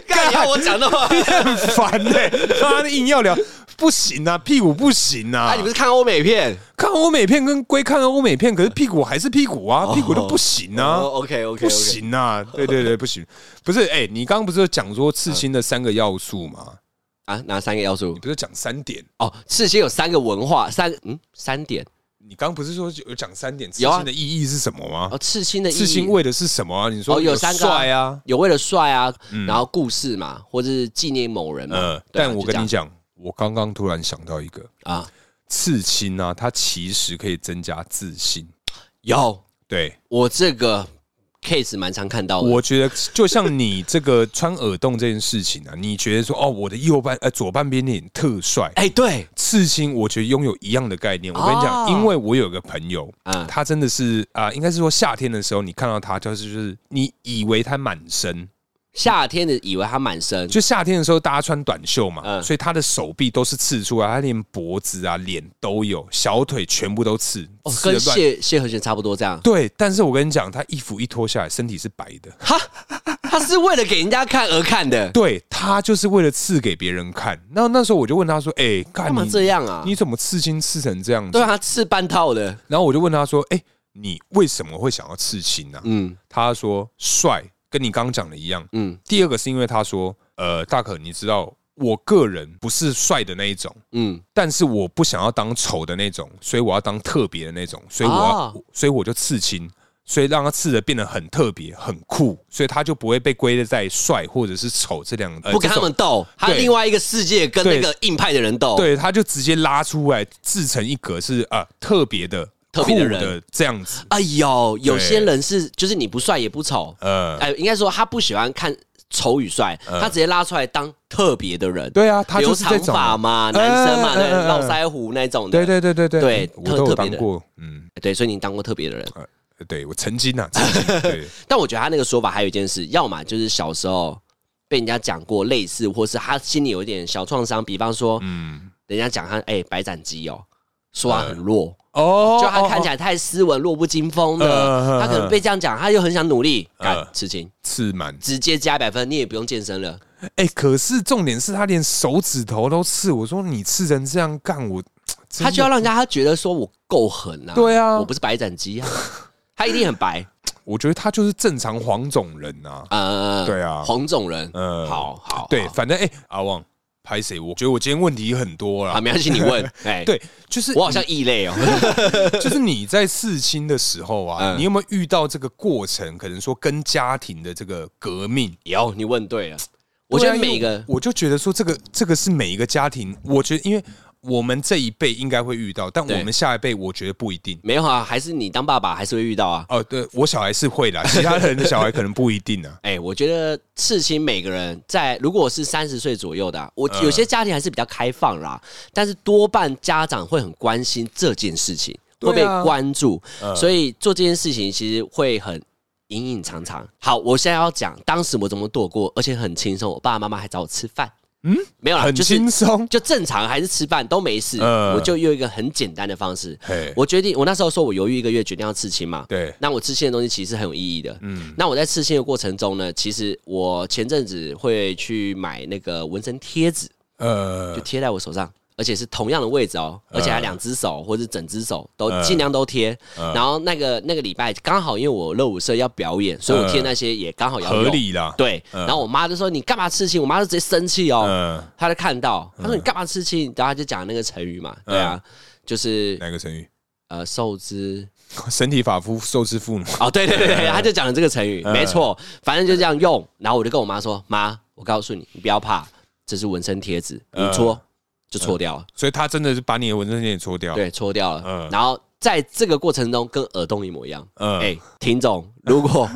干，你要我讲的话，很烦嘞、他硬要聊，不行啊，屁股不行啊。啊，你不是看欧美片？看欧美片跟归看欧美片，可是屁股还是屁股哦啊，屁股就不行啊， ，OK OK 不 OK，行啊，对对对，不行。不是，哎、你刚刚不是有讲说刺青的三个要素吗？啊，哪三个要素你？不是讲三点？哦，刺青有三个文化，三嗯三点你刚刚不是说有讲三点刺有啊青的意义是什么吗？哦，刺青的意义啊刺青为的是什么啊？你说哦有三个啊帅啊，有为了帅啊，然后故事嘛，或者是纪念某人嘛。嗯呃，对啊但我就跟这你样讲，我刚刚突然想到一个啊，刺青啊，它其实可以增加自信。有对，我这个 case 蛮常看到的。我觉得就像你这个穿耳洞这件事情啊， 你觉得说哦，我的右半呃左半边脸 特帅，哎、对，刺青，我觉得拥有一样的概念。我跟你讲，哦因为我有个朋友嗯，他真的是啊、应该是说夏天的时候，你看到他就是就是你以为他满身，夏天的以为他满身，就夏天的时候大家穿短袖嘛，嗯所以他的手臂都是刺出来，他连脖子啊、脸都有，小腿全部都刺，哦、刺得跟乱谢谢和弦差不多这样。对。但是我跟你讲，他衣服一脱下来，身体是白的。哈，他是为了给人家看而看的，啊对他就是为了刺给别人看。那那时候我就问他说：“哎、干干嘛你这样啊你怎么刺青刺成这样子？”对啊，他刺半套的，然后我就问他说：“哎、你为什么会想要刺青呢、啊？”嗯他说：“帅，跟你刚刚讲的一样。嗯第二个是因为他说：“呃，大可，你知道我个人不是帅的那一种。”嗯，但是我不想要当丑的那种，所以我要当特别的那种，所以我要，哦所以我就刺青。所以让他刺的变得很特别、很酷，所以他就不会被归类在帅或者是丑这两呃不跟他们这种斗，他对另外一个世界跟那对个硬派的人斗，对，他就直接拉出来制成一格是啊、呃特别的、特别的酷人这样子，哎呦，有对些人是就是你不帅也不丑，呃，哎，应该说他不喜欢看丑与帅，嗯他直接拉出来当特别的人。对啊他留就是这长种发嘛，哎男生嘛，哎哎对，哎络腮胡那种的。对对对对对，对嗯特我都有特别当的过，嗯，对，所以你当过特别的人。呃，对我曾经啊，曾经 对，但我觉得他那个说法还有一件事，要么就是小时候被人家讲过类似，或是他心里有一点小创伤，比方说嗯，人家讲他哎白斩鸡哦，说他很弱，哦就他看起来来太斯文、弱不禁风呃了，呃他可能被这样讲，他又很想努力，干呃事情刺满，直接加一百分，你也不用健身了。哎、可是重点是他连手指头都刺，我说你刺成这样干我，真他就的要让人家他觉得说我够狠啊，对啊我不是白斩鸡啊，他一定很白，我觉得他就是正常黄种人啊，呃，对啊黄种人，呃好好对，好反正哎、阿旺拍谁？我觉得我今天问题很多啊，啦。没关系，你 问，哎，对，就是我好像异 类哦，就是你在试亲的时候啊，嗯你有没有遇到这个过程？可能说跟家庭的这个革命，有你问对了，我觉对得啊因为每个我就觉得说这个这个是每一个家庭，我觉得因为我们这一辈应该会遇到，但对我们下一辈我觉得不一定。没有啊，还是你当爸爸还是会遇到啊，。哦，对我小孩是会啦，其 他人的小孩可能不一定啊哎，我觉得刺青每个人在如果是三十岁左右的啊，嗯我有些家庭还是比较开放啦，但是多半家长会很关心这件事情，会被对啊关注，嗯所以做这件事情其实会很隐隐藏藏。好，我现在要讲当时我怎么躲过，而且很轻松，我爸爸妈妈还找我吃饭。嗯，没有啦，很就是轻松就正常还是吃饭都没事。嗯我就用一个很简单的方式嘿，我决定，我那时候说我犹豫一个月，决定要刺青嘛。对，那我刺青的东西其实很有意义的。嗯，那我在刺青的过程中呢，其实我前阵子会去买那个纹身贴纸，呃就，贴在我手上，而且是同样的位置哦，嗯而且还两只手或者整只手都呃尽量都贴。呃然后那个那个礼拜刚好因为我热舞社要表演，所以我贴那些也刚好要用嗯合。理啦。对，呃然后我妈就说你干嘛刺青？我妈就直接生气哦，嗯，她就看到，她说你干嘛刺青？然后她就讲那个成语嘛，对嗯啊，就是哪个成语？ 呃受之身体发肤受之父母。哦，对对对 对，他就讲了这个成语，嗯没错，反正就这样用。然后我就跟我妈说：“妈，我告诉你，你不要怕，这是纹身贴纸，嗯你戳就戳掉了，所以他真的是把你的纹身线戳掉。，对，戳掉了嗯。然后在这个过程中，跟耳洞一模一样。嗯哎，田总，如果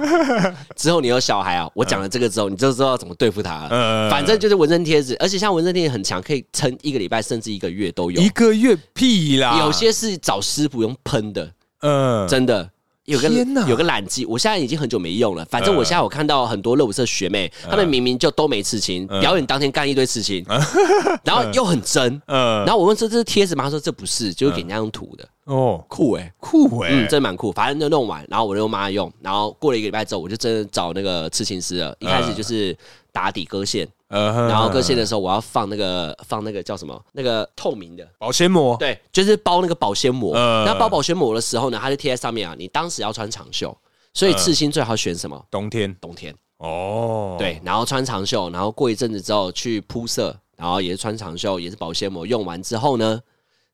之后你有小孩啊，我讲了这个嗯之后，你就知道怎么对付他了。呃反正就是纹身贴纸，而且像纹身贴纸很强，可以撑一个礼拜甚至一个月都有一。个啊月屁啦，有些是找师傅用喷的，呃，真的。有个天哪嗯有个懒记，我现在已经很久没用了。反正我现在我看到很多热舞社学妹，她们明明就都没刺青，嗯表演当天干一堆刺青， 然后又很真。呃然，后我问说这是贴纸吗？她说这不是，就是给人家用涂的，哦，酷哎，酷哎、嗯，真蛮酷。反正就弄完，然后我就用妈用，然后过了一个礼拜之后，我就真的找那个刺青师了。嗯一开始就是打底割线，呃然后割线的时候我要放那个放那个叫什么那个透明的，保鲜膜，对，就是包那个保鲜膜。嗯那包保鲜膜的时候呢，它就贴在上面啊。你当时要穿长袖，所以刺青最好选什么？冬天冬天。哦，对，然后穿长袖，然后过一阵子之后去铺色，然后也是穿长袖，也是保鲜膜。用完之后呢，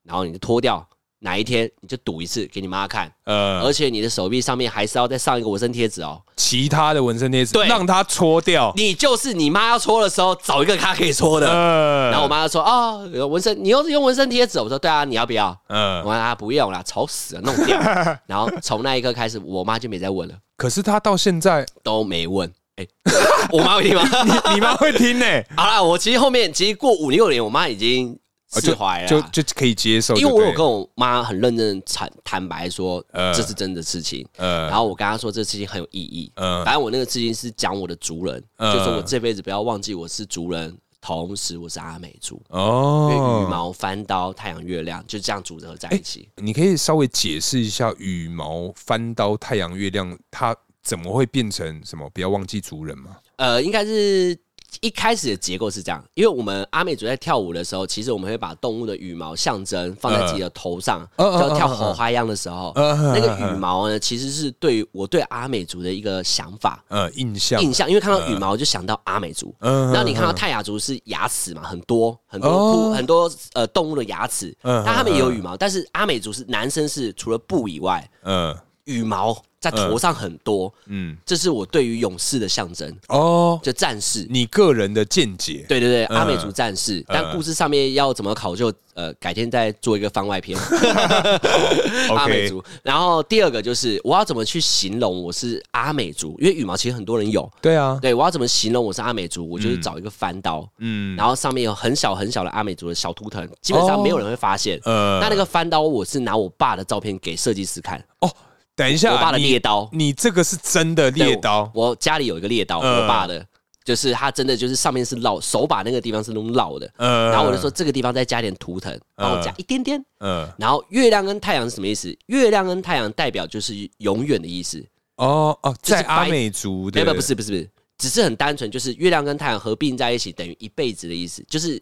然后你就脱掉。哪一天你就赌一次给你妈看，呃，而且你的手臂上面还是要再上一个纹身贴纸哦。其他的纹身贴纸对让它戳掉，你就是你妈要戳的时候找一个她可以戳的。呃，然后我，妈就说：“哦，有纹身，你又是用纹身贴纸哦？”我说：“对啊，你要不要？” 呃，我妈不用啦，吵死了，弄掉。 然后从那一刻开始，我妈就没再问了，可是他到现在，都没问。哎、 我妈会听吗？你妈会听欸呢、好啦，我其实后面其实过五六年，我妈已经呃 释怀了就啦。就就可以接受就因对为了，我有跟我妈很认真地坦坦白说，呃这是真的事情。呃然后我跟她说这事情很有意义。呃反正我那个事情是讲我的族人，呃就说我这辈子不要忘记我是族人，同时我是阿美族。因为羽哦，毛、翻刀、太阳、月亮就这样组合在一起。你可以稍微解释一下羽毛翻刀太阳月亮它怎么会变成什么？不要忘记族人嘛，呃，应该是一开始的结构是这样，因为我们阿美族在跳舞的时候，其实我们会把动物的羽毛象征放在自己的头上，嗯嗯嗯就跳嗯嗯火花样的时候，嗯嗯那个羽毛呢，其实是对我对阿美族的一个想法。呃，印象，印象，因为看到羽毛就想到阿美族，嗯然后你看到泰雅族是牙齿嘛，很多很多哦部很多呃动物的牙齿，嗯但他们也有羽毛，但是阿美族是男生是除了布以外，呃，羽毛在头上很多，嗯，这是我对于勇士的象征，哦，就战士。你个人的见解，对对对，嗯阿美族战士，但故事上面要怎么考究？呃，改天再做一个番外 篇。阿美族，然后第二个就是我要怎么去形容我是阿美族？因为羽毛其实很多人有，对啊，对我要怎么形容我是阿美族？我就是找一个翻刀，嗯，然后上面有很小很小的阿美族的小图腾，基本上没有人会发现。呃那那个翻刀，我是拿我爸的照片给设计师看，哦，等一下，我爸的你猎刀，你这个是真的猎刀对，我我家里有一个猎刀，嗯我爸的，就是它真的就是上面是烙手把那个地方是用烙的，呃然后我就说，这个地方再加点图腾，帮嗯我加一点点。呃，然后月亮跟太阳是什么意思？月亮跟太阳代表就是永远的意思，哦哦，就是在阿白美族对的，不不是不是不是，只是很单纯，就是月亮跟太阳合并在一起等于一辈子的意思，就是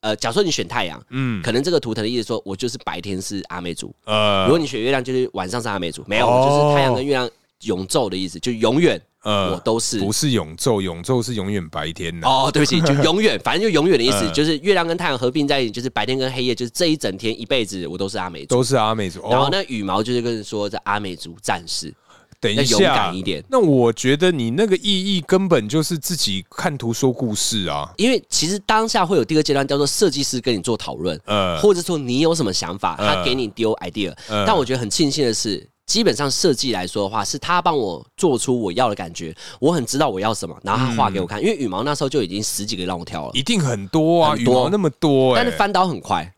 呃，假如说你选太阳。嗯，可能这个图腾的意思说，我就是白天是阿美族，如呃果你选月亮，就是晚上是阿美族，没有，哦就是太阳跟月亮永昼的意思，就永远呃我都是不是永昼，永昼是永远白天的，哦，对不起，就永远，反正就永远的意思，嗯就是月亮跟太阳合并在一起，就是白天跟黑夜，就是这一整天一辈子我都是阿美族。都是阿美族。然后哦，呢，羽毛就是跟人说这阿美族战士，等一要勇下敢，一点，那我觉得你那个意义根本就是自己看图说故事啊，因为其实当下会有第二个阶段叫做设计师跟你做讨论，呃，或者说你有什么想法，他嗯给你丢 idea。嗯但我觉得很庆幸的是。基本上设计来说的话，是他帮我做出我要的感觉，我很知道我要什么，然后他画给我看。因为羽毛那时候就已经十几个让我挑了，一定很多啊，很羽多毛那么多，哎但是翻刀很快，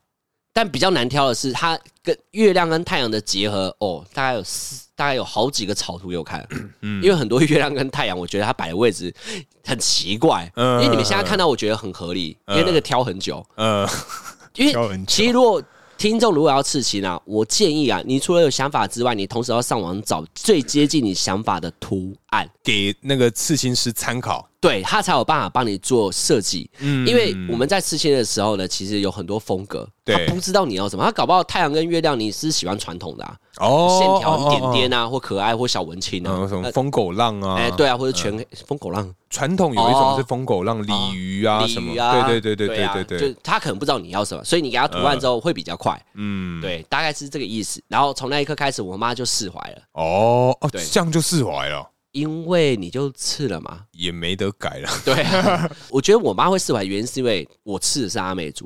但比较难挑的是它跟月亮跟太阳的结合哦，大概有四，大概有好几个草图给我看，嗯因为很多月亮跟太阳，我觉得它摆的位置很奇怪，嗯因为你们现在看到我觉得很合理，因为那个挑很久，呃， 因挑为很久其实如果听众如果要刺青啊，我建议啊，你除了有想法之外，你同时要上网找最接近你想法的图案。给那个刺青师参考。对他才有办法帮你做设计，嗯因为我们在刺青的时候呢，其实有很多风格，他对不知道你要什么，他搞不好太阳跟月亮你是喜欢传统的啊，哦线条一点点啊，啊，或可爱或小文青嗯，啊，什么呃疯狗浪啊，哎对啊，或者全疯狗浪、传统有一种是疯狗浪、哦鲤鱼啊鲤什么鱼，啊，对对对对啊对对对，就他可能不知道你要什么，所以你给他图案之后会比较快，嗯，对，大概是这个意思。然后从那一刻开始，我妈就释怀了，哦哦，对这样就释怀了，因为你就刺了嘛，也没得改了。对啊、我觉得我妈会释怀，原因是因为我刺的是阿美族。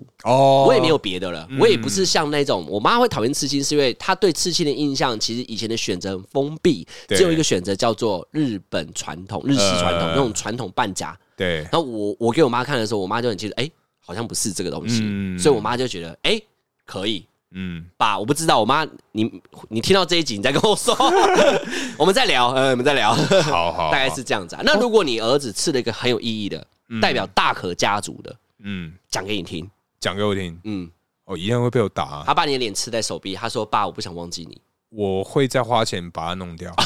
哦，嗯我也没有别的了，我也不是像那种我妈会讨厌刺青，是因为她对刺青的印象，其实以前的选择很封闭，对只有一个选择叫做日本传统、日式传统、呃那种传统半甲。对，然后我我给我妈看的时候，我妈就很清楚，哎、好像不是这个东西，嗯所以我妈就觉得，哎、可以。嗯，吧，我不知道，我妈，你你听到这一集，你再跟我 说，我们再聊，呃，我们再聊，好好，大概是这样子啊。那如果你儿子刺了一个很有意义的，代表大可家族的，嗯，讲给你听，讲给我听，嗯，哦，一样会被我打，他把你的脸刺在手臂，他说：“爸，我不想忘记你。我会再花钱把它弄掉。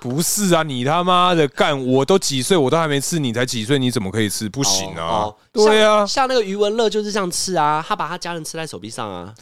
不是啊，你他妈的干！我都几岁，我都还没吃，你才几岁，你怎么可以吃？不行啊哦！哦对啊，像那个余文乐就是这样刺啊，他把他家人刺在手臂上啊。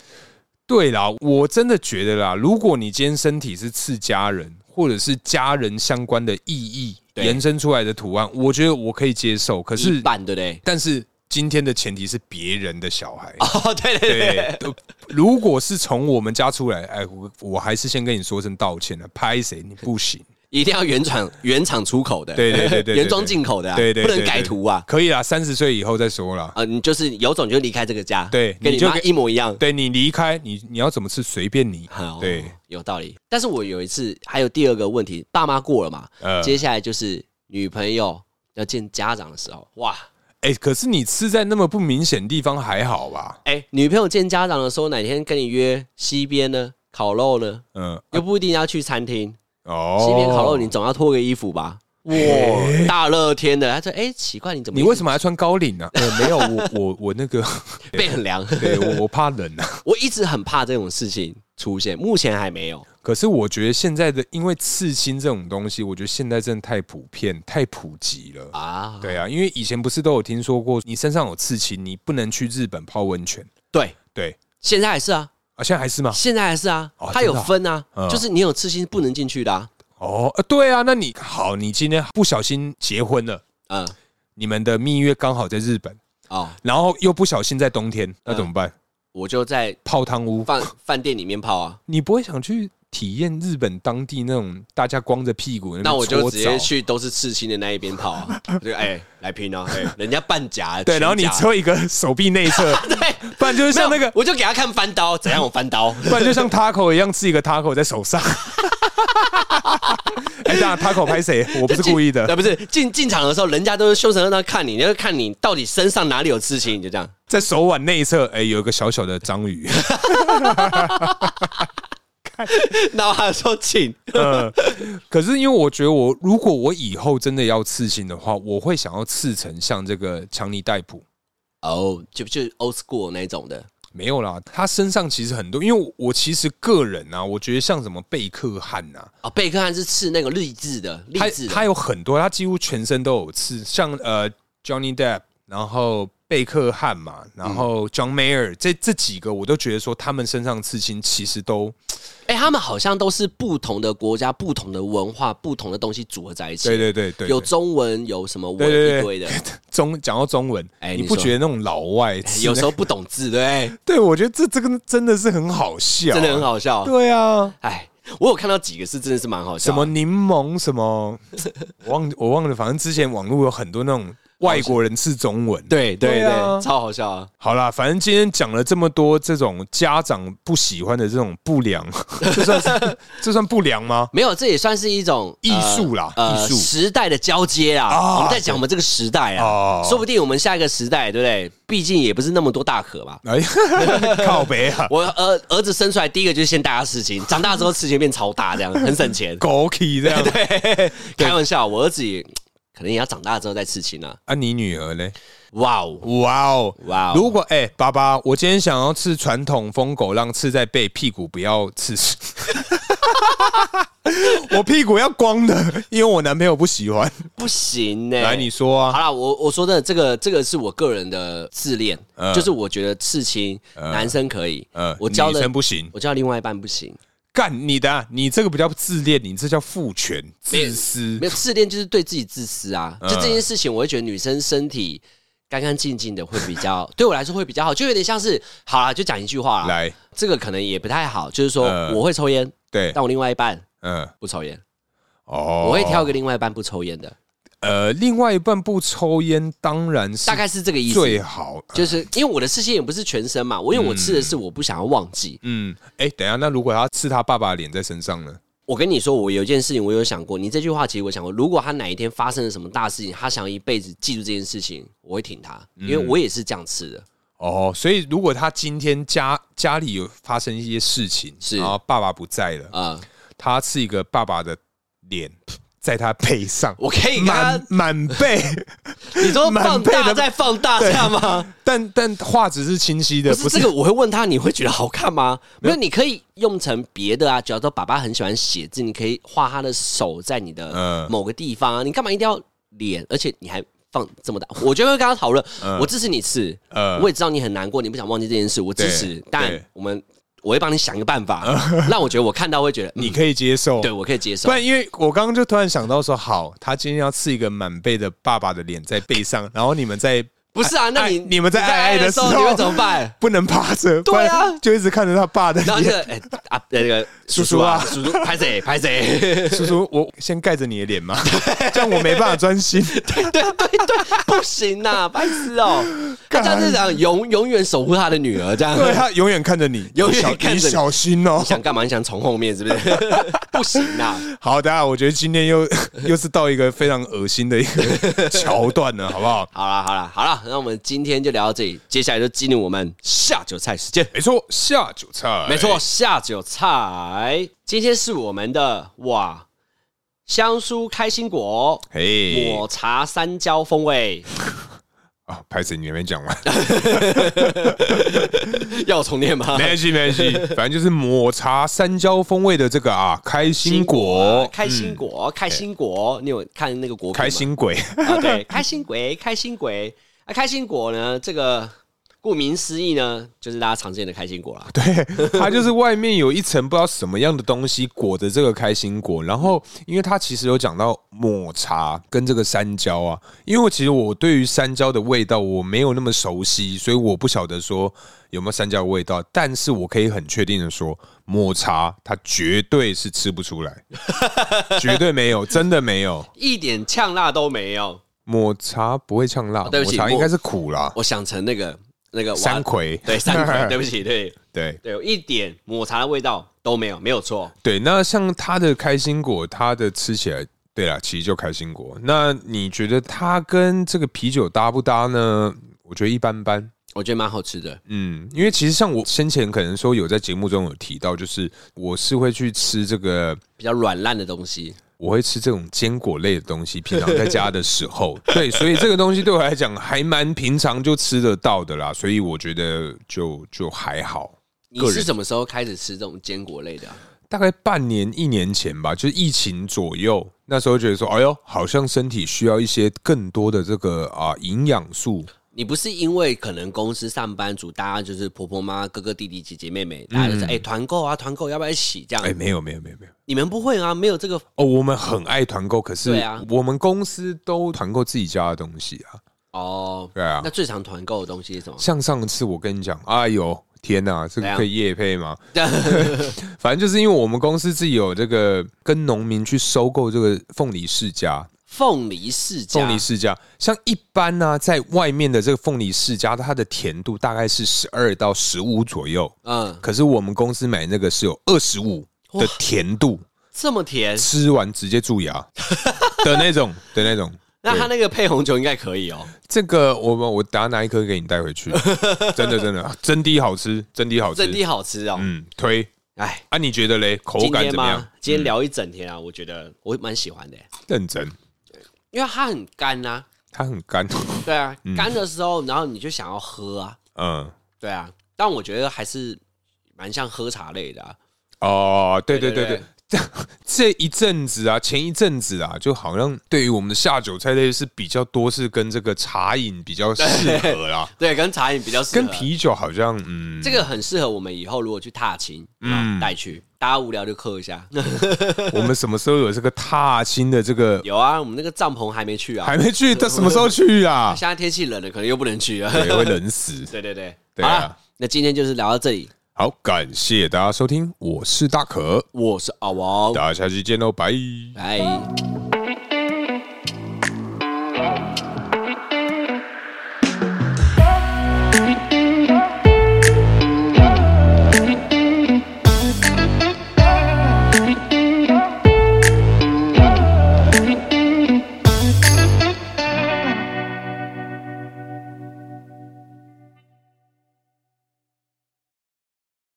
对啦，我真的觉得啦，如果你今天身体是刺家人，或者是家人相关的意义对延伸出来的图案，我觉得我可以接受。可一是，半对不对？ 但是今天的前提是别人的小孩。哦，对对对，对，都如果是从我们家出来，哎，我我还是先跟你说声道歉了，拍谁你不行，一定要原厂原厂出口的，对对对对对原装进口的啊，对对不对能改图啊。可以啦，三十岁以后再说啦。啊，你就是有种就离开这个家，对跟你你就妈跟一模一样。对你离开，你你要怎么吃随便 你好，，对，有道理。但是我有一次还有第二个问题，爸妈过了嘛，呃，接下来就是女朋友要见家长的时候，哇，哎，可是你吃在那么不明显的地方还好吧？哎、女朋友见家长的时候，哪天跟你约西边呢？烤肉呢？嗯，又不一定要去餐厅。哦，西边烤肉，你总要脱个衣服吧？哇，大热天的，他说：“哎、奇怪，你怎么你为么什么还穿高领呢、 呃，没有，我我我那个， 背很凉？” 对我我怕冷啊。我一直很怕这种事情出现，目前还没有。可是我觉得现在的，因为刺青这种东西，我觉得现在真的太普遍、太普及了。啊，对啊，因为以前不是都有听说过，你身上有刺青，你不能去日本泡温泉。对，对现在还是啊，啊，现在还是吗？现在还是啊，哦它有分啊，真的啊嗯就是你有刺青不能进去的啊，哦，呃对啊，那你好，你今天不小心结婚了，嗯，你们的蜜月刚好在日本，哦，然后又不小心在冬天，那怎么办？我就在泡汤屋，饭饭店里面泡啊，你不会想去体验日本当地那种大家光着屁股那边我就搓直接澡去都是刺青的那一边跑、啊， 我就哎、来拼哦、哎人家半甲， 对，然后你全甲抽一个手臂内侧， 对，不然就是像没那有个，我就给他看翻刀，怎样我翻 刀，不然就像 taco 一样吃一个 taco 在 手上。哎，当然 taco 拍 谁？我不是故意对，的，不是进进场的时候，人家都是凶神恶煞看你，就是看你到底身上哪里有刺青，你就这样。 在手腕内侧，哎，有一个小小的章鱼。然后他说请，呃，可是因为我觉得我如果我以后真的要刺青的话，我会想要刺成像这个强尼戴普。哦，就就是 old school 那一种的，没有啦，他身上其实很多，因为我我其实个人啊，我觉得像什么贝克汉啊呐、哦，贝克汉是刺那个励志的，励他志的他有很多，他几乎全身都有刺，像呃 Johnny Depp，然后贝克汉嘛，然嗯后 John Mayer 这这几个，我都觉得说他们身上刺青其实都哎、他们好像都是不同的国家、不同的文化、不同的东西组合在一起。对对对对，有对中文，有什么文对对一对堆的，中讲到中文，哎你你不说觉得那种老外哎刺有那时候不懂字，对不 对，我觉得这这个真的是很好笑，对？啊真的很。好笑。对啊，哎，我有看到几个是真的是蛮好笑啊什的。么柠檬什么，我忘我忘了，反正之前网络有很多那种外国人是中文。， 对对对对，啊超好笑啊！好啦，反正今天讲了这么多这种家长不喜欢的这种不良， 这 算是这算不良吗？没有，这也算是一种艺术啦呃艺术呃时代的交接啦。啊我们在讲我们这个时代啊哦，说不定我们下一个时代，对不对？毕竟也不是那么多大可嘛。哎， 靠北啊，。我儿儿子生出来第一个就是先大家事情，长大之后事情变超大，这样很省钱 狗屁这样开玩笑，我儿子也可能也要长大之后再刺青啊。啊！你女儿嘞？哇哦，哇哦哇哦如果哎、爸爸，我今天想要吃传统疯狗浪，刺在背屁股，不要刺。 我屁股要光的，因为我男朋友不喜欢。不行欸呢、来，你说好啊，啦，我我说真的，这个这个是我个人的自恋，嗯就是我觉得刺青、男生可以，呃，我教女的生不行，我教另外一半不 行。干你的啊、你这个不叫自恋，你这叫父权自私没。有自恋就是对自己自私啊。就嗯这件事情，我会觉得女生身体干干净净的会比较，对我来说会比较好，就有点像是好啦，就讲一句话啦，来，这个可能也不太好，就是说嗯我会抽烟，对，但我另外一半嗯，不抽烟，哦，我会挑一个另外一半不抽烟的，呃，另外一半不抽烟，当然是大概是这个意思。最好。呃就是因为我的事情也不是全身嘛，我因为我吃的是我不想要忘记。嗯，哎、等一下，那如果他刺他爸爸的脸在身上呢？我跟你说，我有一件事情，我有想过，你这句话其实我想过，如果他哪一天发生了什么大事情，他想一辈子记住这件事情，我会挺他，因嗯为我也是这样吃的。哦，所以如果他今天家家里有发生一些事情，是然后爸爸不在了，啊、他刺一个爸爸的脸在他背上，我可以跟他满满背， 你说放满配大的再放大这样吗？但但画质是清晰的，不不是是这个，我会问他，你会觉得好看 吗？没有，你可以用成别的啊。假如说爸爸很喜欢写字，你可以画他的手在你的嗯某个地方啊。你干嘛一定要脸？而且你还放这么大，我就会跟他讨论。嗯我支持你吃，呃我也知道你很难过，你不想忘记这件事，我支持对。但对嗯我们我会帮你想一个办法， 让我觉得我看到会觉得你你可以接受。对我可以接受不。然，因为我刚刚就突然想到说，好，他今天要刺一个满背的爸爸的脸在 背上，然后你们在不是啊，那爱你哎你们在爱爱的的时候你会怎么 办？不能趴着，对啊不然就一直看着他爸的然后就脸。哎啊那个叔叔叔 叔啊啊，叔叔拍谁拍谁， 叔叔，我先盖着你的 脸嘛，这样我没办法专心。对对对，不行呐，白痴哦！他这样子讲，永永远守护他的女儿，这样对啊他永远看着你，永远小看着你你小心哦 你。想干嘛？你想从后面是不是？ 不行啊呐！好，大家，我觉得今天又 又是到一个非常恶心的一个桥段了，好不好？好啦好啦好啦，那我们今天就聊到这里，接下来就进入我们下酒菜时间。没错，下酒菜，没错，，下酒菜今天是我们的哇香酥开心果嘿，抹茶三椒风味，啊，拍谁？你还没讲完， 要我重念吗？ 没关系，没关系，反正就是抹茶三椒风味的这个啊，开心果，开心果，嗯开心果，你有看那个果片吗开心鬼，啊啊？对，开心鬼，开心鬼啊！开心果呢？这个顾名思义呢，就是大家常见的开心果啦。 它就是外面有一层不知道什么样的东西裹着这个开心果，然后因为它其实有讲到抹茶跟这个山椒啊，因为我其实我对于山椒的味道我没有那么熟悉，所以我不晓得说有没有山椒的味道，但是我可以很确定的说，抹茶它绝对是吃不出来，绝对没有，真的没有，一点呛辣都没有。抹茶不会呛辣，哦对不抹起茶应抹该是苦啦，我想成那个那个山山，葵，对山 葵，对不起，对对。对，有一点抹茶的味道都没有，没有错。对，那像它的开心果，它的吃起来，对啦，其实就开心果。那你觉得它跟这个啤酒搭不搭呢？我觉得一般般。我觉得蛮好吃的。嗯，因为其实像我先前可能说有在节目中有提到，就是我是会去吃这个。比较软烂的东西，我会吃这种坚果类的东西，平常在家的 时候，对，所以这个东西对我来讲还蛮平常就吃得到的啦，所以我觉得就就还好。你个是人什么时候开始吃这种坚果类的啊、大概半年一年前吧，就是疫情左右，那时候觉得说，哎呦，好像身体需要一些更多的这个啊营养素，你不是因为可能公司上班族，大家就是婆婆妈、哥哥弟弟、姐姐妹妹，大家就是哎团购啊，团购要不要一起这样？嗯哎、没有没有没有没有。你们不会啊，没有这个哦，我们很爱团购，可对是啊我们公司都团购自己家的东西啊。哦。对啊那，最常团购的东西是什么？像上次我跟你讲，哎呦天哪、这怎个样可以夜配吗？反正就是因为我们公司自己有这个跟农民去收购这个凤梨世家， 凤梨世家，凤梨世家，像一般呢、在外面的这个凤梨世家，它的甜度大概是十二到十五左右，嗯，可是我们公司买那个是有二十五的甜度，这么甜，吃完直接蛀牙的那种的那种。那它那个配红酒应该可以哦，这个我们我打拿一颗给你带回去，真的真 的真的好吃，真的好吃，真的好吃哦。嗯推哎，啊，你觉得嘞？口今感天怎么样吗？？今天聊一整天啊，我觉得我蛮喜欢的，认真，因为它很干呐。它很干，对啊，干的时候，然后你就想要喝啊，嗯。对啊，但我觉得还是蛮像喝茶类的、啊，哦，对对对对对对， 这这一阵子啊，前一阵子啊，就好像对于我们的下酒菜类是比较多，是跟这个茶饮比较适合啦， 对，跟茶饮比较适合。跟啤酒好像嗯，这个很适合我们以后如果去踏青，嗯，带去，大家无聊就嗑一下。 我们什么时候有这个踏青的这个有啊，我们那个帐篷还没去啊还，没去，到什么时候去 啊？现在天气冷了，可能又不能去啊。对，会冷死。 对对对，对好啊了，那今天就是聊到这里，好，感谢大家收听，我是大可，我是阿王，大家下期见喽，拜。拜。 Thank